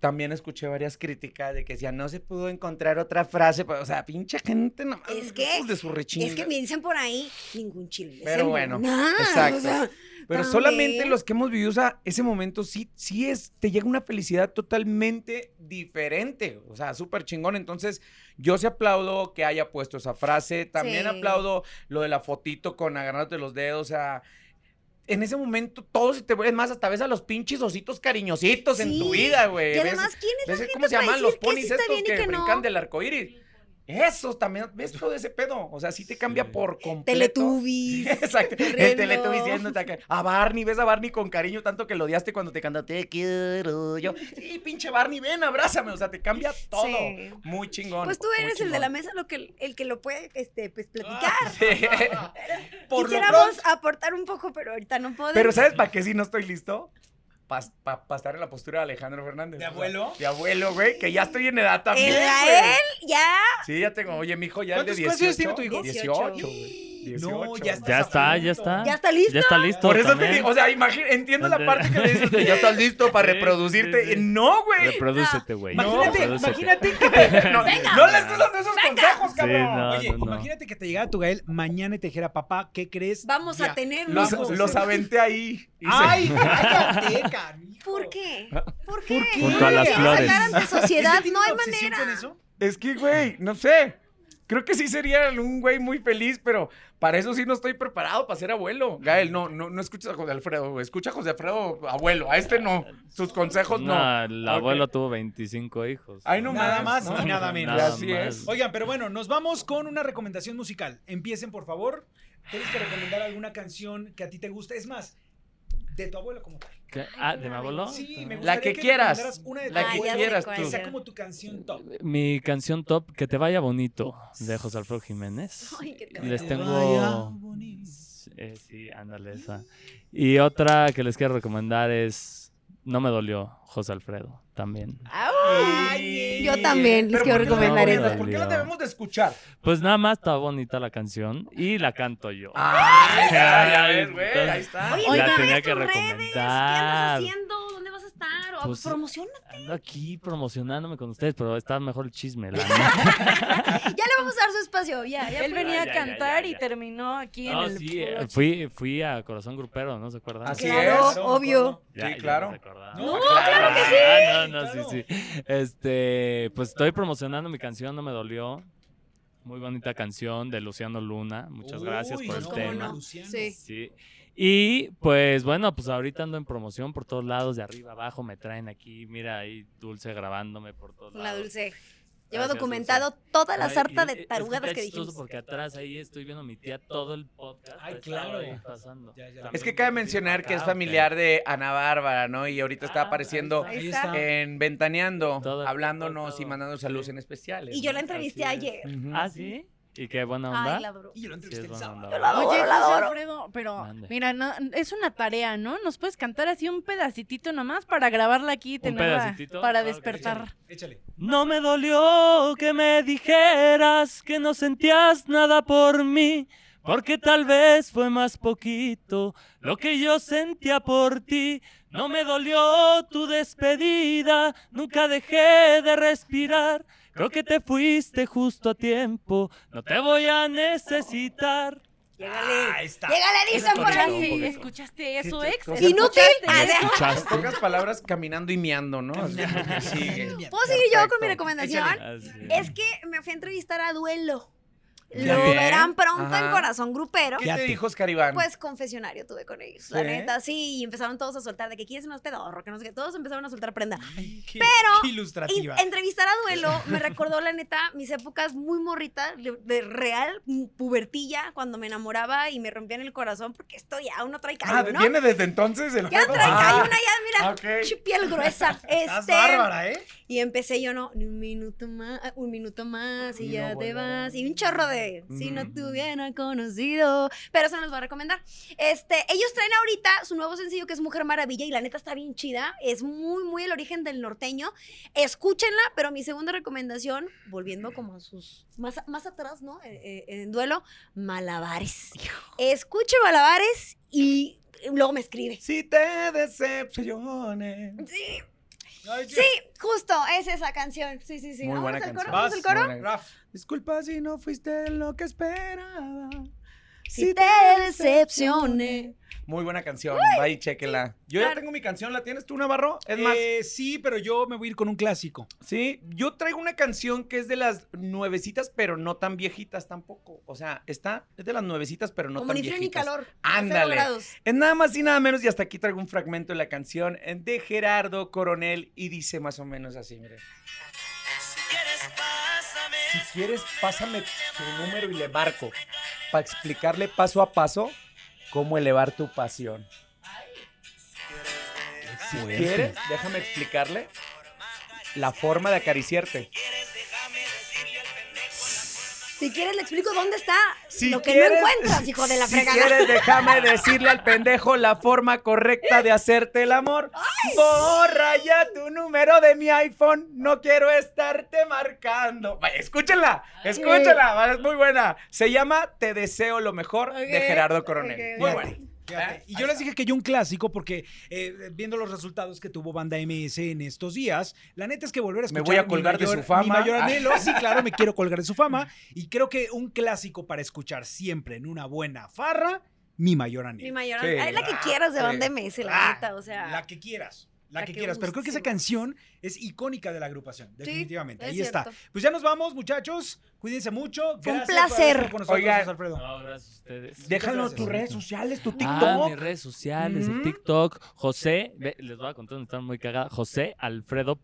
S3: también escuché varias críticas de que decían, no se pudo encontrar otra frase. O sea, pinche gente nomás.
S1: Es que-
S3: hijos de su rechinga.
S1: Es que me dicen por ahí, ningún chile.
S3: Pero bueno,
S1: Nada,
S3: exacto.
S1: o sea,
S3: Pero
S1: También.
S3: solamente los que hemos vivido esa- ese momento, sí, sí es, te llega una felicidad totalmente diferente. O sea, súper chingón. Entonces, yo sí aplaudo que haya puesto esa frase. También
S1: Sí.
S3: aplaudo lo de la fotito con agarrándote los dedos. O sea, en ese momento todo se te vuelve más, hasta ves a los pinches ositos cariñositos en tu
S1: Sí.
S3: vida, güey.
S1: y
S3: Ves-
S1: además, ¿quién es la
S3: Eh, ves
S1: gente
S3: ¿Cómo se
S1: para
S3: llaman
S1: decir
S3: los
S1: que sí
S3: ponis
S1: está
S3: estos
S1: bien y
S3: que,
S1: que no?
S3: brincan del arcoíris? Esos también, ves todo ese pedo. O sea, sí te cambia
S2: Sí.
S3: por completo.
S1: Teletubbies.
S3: Exacto. El
S1: corriendo.
S3: teleto diciendo a Barney, ves a Barney con cariño, tanto que lo odiaste cuando te cantó Te quiero yo. Sí, pinche Barney, ven, abrázame. O sea, te cambia todo.
S1: Sí.
S3: Muy chingón.
S1: Pues tú
S3: muy
S1: eres el de la
S3: chingón. Ah,
S1: mesa lo que, el que lo puede este, pues, platicar.
S6: Por lo
S1: Quisiéramos
S6: pronto.
S1: aportar un poco, pero ahorita no podemos.
S3: Pero ¿sabes para qué si no estoy listo? Para estar en la postura de Alejandro Fernández.
S6: ¿De
S3: O sea,
S6: abuelo?
S3: de abuelo, güey, que ya estoy en edad también.
S1: el
S3: güey.
S1: a él ya.
S3: Sí, ya tengo. Oye, mi hijo ya es de
S6: ¿Cuántos-
S3: 18.
S6: cuántos años tiene tu hijo?
S3: 18, güey. 18.
S6: No, ya está.
S2: Ya está, ya está.
S1: Ya está listo.
S2: Ah, Ya está listo.
S3: Por eso te
S2: también.
S3: digo, o sea, imagina, entiendo la parte que le dices de ya estás listo para
S2: Sí,
S3: reproducirte.
S2: sí, sí.
S3: No, güey.
S2: Reprodúcete, güey.
S4: Imagínate,
S2: Reprodúcete.
S4: imagínate que
S3: No, no le estés dando esos consejos,
S2: Sí,
S3: cabrón.
S2: no,
S4: Oye,
S2: no, no.
S4: imagínate que te llegara tu Gael mañana y te dijera, papá, ¿qué crees?
S1: Vamos
S4: Ya.
S1: a tener.
S3: Los,
S1: un-
S4: Vamos a
S3: los
S4: hacer-
S3: aventé ahí. y se-
S6: Ay, cállate, canijo.
S1: ¿Por qué? ¿Por qué?
S4: qué?
S2: Junto a las
S1: Quieren
S2: flores.
S1: sacar ante
S6: ¿Ese
S1: sociedad,
S6: tiene
S1: no hay
S6: una obsesión
S1: manera.
S6: con eso?
S3: Es que, güey, no sé. Creo que sí sería un güey muy feliz, pero para eso sí no estoy preparado para ser abuelo. Gael, no, no, no escuches a José Alfredo, güey. Escucha a José Alfredo, abuelo. A este no. Sus consejos no.
S2: Nah, el
S3: Ok.
S2: abuelo tuvo 25 hijos.
S3: Ay, no
S4: Nada
S3: más,
S4: más
S3: ¿no?
S4: y nada menos.
S2: Nada
S3: Así
S2: más.
S3: es.
S4: Oigan, pero bueno, nos vamos con una recomendación musical. Empiecen, por favor. Tienes que recomendar alguna canción que a ti te guste. Es más, de tu abuelo como tal.
S2: ¿Qué? Ah, ¿de mi abuelo?
S4: Sí, me
S3: La
S4: gustaría
S3: que
S4: recomendaras
S3: quieras.
S4: Una de tu
S3: La
S1: Ah,
S3: que
S1: ya sé
S4: abuelo,
S3: quieras
S1: cuál.
S4: que
S3: tú.
S4: sea como tu canción top.
S2: Mi canción top, Que te vaya bonito, de José Alfredo Jiménez.
S1: Ay, que te vaya
S2: Les
S4: Que te vaya
S2: tengo...
S4: bonito.
S2: Eh, sí, ándale esa. Y otra que les quiero recomendar es No me dolió, José Alfredo, también.
S5: Ah,
S4: Ay,
S1: Yo también les
S6: Pero
S1: quiero
S6: ¿por qué no la
S1: recomendar
S2: recomiendas?
S1: esa.
S6: ¿Por qué la debemos de escuchar?
S2: Pues nada más está bonita la canción y la canto yo.
S1: Ah.
S3: Ay, ya, ya ves, güey.
S2: Entonces-
S3: Ahí está.
S1: Oye,
S2: La
S1: la
S2: tenía que
S1: que redes, ¿qué
S2: recomendar.
S1: andas haciendo? ¿Dónde vas a estar? O,
S2: Pues-
S1: promociona.
S2: Ando aquí promocionándome con ustedes, pero está mejor el chisme, la neta.
S1: Ya le vamos a dar su espacio, ya, ya.
S5: Él venía
S2: ya,
S5: a
S2: ya,
S5: cantar
S2: ya,
S5: y
S2: ya.
S5: terminó aquí
S2: No,
S5: en el.
S2: sí,
S5: puro
S2: eh, fui, fui a Corazón Grupero, ¿no se acuerdan?
S3: Así
S1: Claro,
S3: es.
S1: obvio.
S2: Ya,
S3: Sí,
S2: ya
S3: claro.
S2: se acordaron.
S4: No,
S3: claro
S2: que sí. Ah, no, no,
S4: claro.
S2: sí, sí. Este, pues estoy promocionando mi canción, No me dolió. Muy bonita canción de Luciano Luna. Muchas gracias
S4: Uy,
S2: por el
S1: no, cómo
S2: tema.
S1: no.
S4: Luciano.
S1: Sí.
S2: Sí. Y pues bueno, pues ahorita ando en promoción por todos lados, de arriba abajo me traen aquí, mira ahí Dulce grabándome por todos lados.
S1: La dulce. Lleva
S2: Gracias,
S1: documentado toda la
S2: Ay,
S1: sarta
S2: y- es
S1: de
S2: está
S1: tarugadas que
S2: chistoso
S1: dijimos.
S2: porque atrás ahí estoy viendo a mi tía todo el podcast.
S4: Ay,
S2: ha estado
S4: claro.
S2: ahí pasando.
S4: Ya, ya.
S2: También
S3: Es que cabe
S2: me metí
S3: mencionar
S2: para
S3: que es
S2: acá,
S3: familiar de Ana Bárbara, ¿no? Y ahorita está
S2: Ah,
S3: apareciendo
S2: ahí
S1: Ahí
S4: está.
S1: está.
S3: en Ventaneando,
S2: Ah. Todo,
S3: hablándonos
S2: todo.
S3: y mandando saludos en especiales.
S1: Y yo
S3: ¿no?
S1: la entrevisté
S2: Así es.
S1: ayer.
S3: Ujú.
S2: Ah, ¿sí? ¿Y qué buena onda?
S1: Ay, la bro.
S4: Y yo
S2: Sí,
S4: lo entrevisté
S2: es
S4: el
S2: buena
S4: sábado.
S2: onda.
S5: Oye,
S1: Adoro, la
S5: José
S1: adoro.
S5: Alfredo, pero
S2: Mande.
S5: mira, no, es una tarea, ¿no? ¿Nos puedes cantar así un pedacitito nomás para grabarla aquí y
S2: ¿Un
S5: tenerla
S2: pedacitito?
S5: para
S2: Claro que sí.
S5: despertar?
S4: Échale.
S2: No me dolió que me dijeras que no sentías nada por mí, porque tal vez fue más poquito lo que yo sentía por ti. No me dolió tu despedida, nunca dejé de respirar. Creo que te fuiste justo a tiempo, no te voy a necesitar.
S1: Llegale.
S4: Ah, Ahí está.
S1: Llegale, dicen por
S2: Escuchado.
S1: ahí.
S2: un
S5: ¿Escuchaste,
S2: poquito.
S5: ¿Escuchaste eso,
S3: Sí,
S5: ex?
S3: o sea,
S1: Inútil. Ah, de-
S3: En pocas palabras, caminando y miando, ¿no? Así es lo que sigue.
S1: ¿Puedo seguir yo con mi
S3: Perfecto.
S1: recomendación? Es que me fui a entrevistar a Duelo. Lo
S3: Bien.
S1: verán pronto en
S3: Ajá.
S1: Corazón Grupero.
S3: ¿Qué
S4: Ya
S3: te
S4: te-
S3: dijo Oscar Iván?
S1: Pues confesionario tuve con ellos. La
S3: ¿Sí?
S1: neta, sí. Y empezaron todos a soltar de que quieres más pedorro, que no sé qué. Todos empezaron a soltar prenda.
S4: Pero.
S1: Y
S4: Ilustrativa.
S1: entrevistar a Duelo me recordó, la neta, mis épocas muy morritas, de, de real mm, pubertilla, cuando me enamoraba y me rompían el corazón porque esto ya uno trae
S3: ah,
S1: callo, ¿no?
S3: viene desde entonces el
S1: Ya
S3: pedo?
S1: trae
S3: Ah,
S1: callo, una ya, mira,
S3: ok.
S1: ch- piel gruesa.
S4: Estás
S1: Este,
S4: bárbara, ¿eh?
S1: y empecé yo, no, ni un minuto más, ah, un minuto más y
S3: No
S1: ya te
S3: volverá.
S1: vas. Y un chorro de, si no
S3: Ujú.
S1: te hubiera conocido. Pero eso nos va a recomendar. Este, ellos traen ahorita su nuevo sencillo que es Mujer Maravilla y la neta está bien chida. Es muy, muy el origen del norteño. Escúchenla, pero mi segunda recomendación, volviendo como a sus, más, a- más atrás, ¿no? Eh, eh, en duelo, Malabares. Escuche Malabares y luego me escribe.
S3: Si te decepciones.
S1: Sí,
S4: Ay,
S1: sí, justo, es esa canción. Sí, sí, sí.
S3: Muy buena
S1: al
S3: canción.
S1: coro? ¿Vamos al coro?
S3: Buena-
S4: Raf.
S3: Disculpa si no fuiste lo que esperaba.
S1: Si te decepcioné.
S3: Muy buena canción. Va y chéquela. Yo ya
S1: Claro.
S3: tengo mi canción. ¿La tienes tú, Navarro? Es más,
S4: Eh, sí, pero yo me voy a ir con un clásico.
S3: sí. Yo traigo una canción que es de las nuevecitas, pero no tan viejitas tampoco. O sea, está, es de las nuevecitas, pero no
S1: Como ni
S3: tan
S1: frío
S3: viejitas.
S1: ni calor.
S3: Ándale.
S1: Cero grados.
S3: Es nada más y nada menos, y hasta aquí traigo un fragmento de la canción eh, de Gerardo Coronel y dice más o menos así, mire. Si quieres, pásame tu número y le marco para explicarle paso a paso cómo elevar tu pasión. Si quieres, déjame explicarle la forma de acariciarte.
S1: Si quieres, le explico dónde está
S3: Si
S1: lo que
S3: quieres-
S1: no encuentras, hijo de la
S3: si
S1: fregada.
S3: quieres, déjame decirle al pendejo la forma correcta de hacerte el amor. Borra ya tu número de mi iPhone. No quiero estarte marcando. Vaya, escúchenla, escúchenla. va, Es muy buena. Se llama Te deseo lo mejor de
S1: Ok,
S3: Gerardo Coronel.
S1: ok,
S3: Muy
S1: ok.
S3: buena.
S4: Fíjate.
S3: Ah,
S4: Y
S3: ahí
S4: yo les
S3: está.
S4: dije que yo un clásico porque eh, viendo los resultados que tuvo Banda MS en estos días, la neta es que volver a
S3: Me
S4: escuchar
S3: voy a
S4: mi
S3: colgar de
S4: mayor-
S3: su fama.
S4: Mi mayor anhelo, sí, claro, me quiero colgar de su fama y creo que un clásico para escuchar siempre en una buena farra, mi mayor
S1: Mi
S4: anhelo.
S1: mayor
S3: Sí.
S1: Ay, la que quieras de
S3: Sí.
S1: banda MS, la
S4: Ah,
S1: neta, o sea.
S4: la que quieras, La,
S1: La
S4: que,
S1: que
S4: quieras, pero creo que esa
S1: gustes.
S4: canción es icónica de la agrupación, definitivamente.
S1: es
S4: Ahí
S1: cierto.
S4: está. Pues ya nos vamos, muchachos. Cuídense mucho.
S1: Fue un
S4: Gracias por haber
S1: placer.
S4: estado Con nosotros,
S3: Oigan.
S4: José Alfredo.
S2: No, gracias a ustedes.
S4: gracias.
S3: Déjanos tus redes sociales, tu
S2: Ah, mis
S3: TikTok.
S2: redes sociales, el
S3: Ujú.
S2: TikTok, José, ve, les voy a contar donde están muy cagadas, José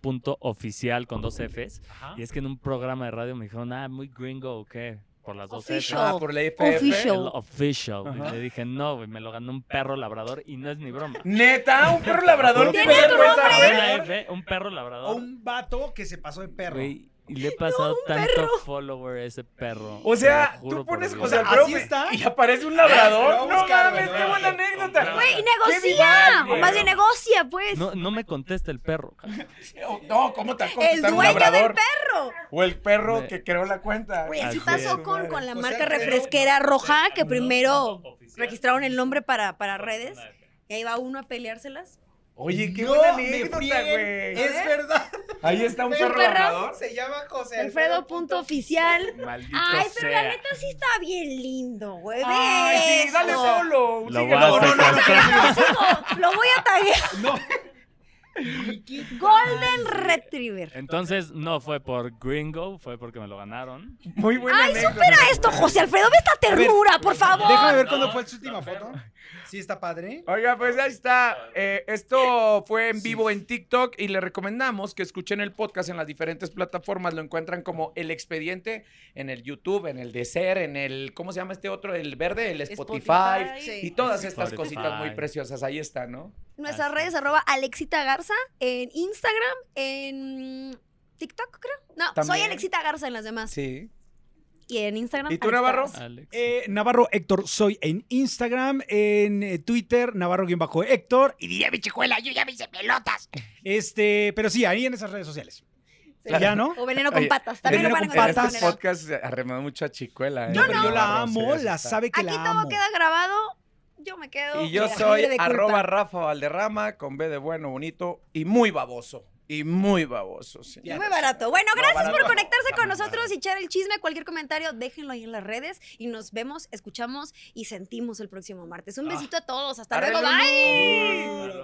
S2: Alfredo.oficial con dos Fs.
S4: Ajá.
S2: Y es que en un programa de radio me dijeron, ah, muy gringo o qué, por las dos Fs.
S1: Official.
S3: Ah, por la IFF.
S1: Official.
S2: El official. Y
S4: Ajá.
S2: le dije, no, güey, me lo ganó un perro labrador y no es ni broma.
S3: Neta, un perro labrador
S1: ¿Tiene
S3: puede
S1: tu
S3: dar
S1: nombre?
S3: cuenta,
S2: Una
S3: ¿eh?
S2: F, un perro labrador.
S4: O un vato que se pasó de perro.
S2: Güey, y le he pasado tanto follower a ese perro.
S3: O
S2: te
S3: sea,
S2: lo juro
S3: tú
S2: por
S3: pones
S2: Dios.
S3: José
S4: Así
S3: Alfredo me-
S4: está.
S3: y aparece un
S4: Lo voy
S3: labrador.
S4: a
S3: No
S4: buscar,
S3: mames,
S4: güey,
S3: qué
S4: lo voy
S3: buena
S4: a
S3: anécdota.
S1: Güey, y
S3: ¡Qué
S1: negocia.
S3: viral,
S1: O
S3: güey!
S1: más bien negocia, pues.
S2: No, no me contesta el perro. cabrón.
S3: Oh, No, ¿cómo te va a
S1: el
S3: contestar un
S1: dueño del
S3: labrador?
S1: perro.
S3: O el perro
S2: Me-
S3: que creó la cuenta.
S1: Güey, así
S2: Así
S1: pasó
S2: es.
S1: con, con la
S6: O sea,
S1: marca
S6: pero-
S1: refresquera roja, que
S2: No,
S1: primero
S2: oficial.
S1: registraron el nombre para, para redes.
S2: Una F.
S1: Y ahí va uno a peleárselas.
S3: Oye, qué
S6: No
S3: buena
S6: me
S3: anécdota,
S6: frieguen.
S3: güey.
S6: Es
S2: ¿Eh?
S6: verdad.
S3: Ahí está un
S6: ¿Un
S3: perro
S1: perro?
S3: labrador.
S6: Se llama José
S1: Alfredo punto oficial.
S2: Maldito
S1: Ay, pero la
S2: sea.
S1: neta sí está bien lindo, güey.
S3: Ay, sí, dale
S1: Eso.
S3: solo.
S2: Lo
S3: Sí,
S2: voy a
S3: no, no, no, no.
S1: Lo sigo, Lo voy a taguear. Golden Retriever.
S2: Entonces, no fue por gringo, fue porque me lo ganaron.
S3: Muy buena
S1: Ay,
S3: anécdota.
S1: supera esto, José Alfredo. Ve esta
S4: ver,
S1: ternura, por favor.
S4: Déjame ver cuándo fue su última foto. Sí, está padre.
S3: Oiga, pues ahí está. Eh, esto fue en vivo en TikTok y le recomendamos que escuchen el podcast en las diferentes plataformas. Lo encuentran como El Expediente en el YouTube, en el Deezer, en el, ¿cómo se llama este otro? El verde, el Spotify. Y todas estas
S2: Spotify.
S3: cositas muy preciosas. Ahí está, ¿no?
S1: Nuestras
S2: Así.
S1: redes arroba Alexita Garza en Instagram, en TikTok, creo. No, soy
S3: También.
S1: Alexita Garza en las demás.
S3: Sí.
S1: Y en Instagram.
S3: ¿Y tú,
S1: Alexita
S3: Navarro?
S1: Garza.
S2: Alex.
S4: Eh, Navarro Héctor soy en Instagram, en eh, Twitter, Navarro-Héctor. Y diría mi chicuela, yo ya me hice pelotas. Este, pero sí, ahí en esas redes sociales. Ya, ¿no?
S1: O veneno con
S3: Oye,
S1: patas. También lo
S4: Veneno
S1: van a
S4: con
S1: encontrar.
S3: En este
S4: patas.
S1: en Veneno.
S3: podcast eh, arremedó mucho a Chicuela. ¿eh?
S4: Yo, la
S3: Navarro, sí,
S4: amo,
S3: así
S4: la
S3: está.
S4: sabe que
S1: Aquí
S4: la
S1: todo
S4: amo.
S1: queda grabado. Yo me quedo.
S3: Y yo
S1: libre
S3: soy
S1: de culpa.
S3: arroba Rafa Valderrama con B de bueno, bonito y muy baboso. Y muy baboso, sí.
S1: Y Muy barato. Bueno,
S3: No,
S1: gracias por
S3: barato.
S1: conectarse con
S3: Vamos,
S1: nosotros y echar el chisme. Cualquier comentario, déjenlo ahí en las redes. Y nos
S3: Ah.
S1: vemos, escuchamos y sentimos el próximo martes. Un besito a todos. Hasta luego.
S3: Arreglo,
S1: Bye.
S3: no.
S2: Hasta luego.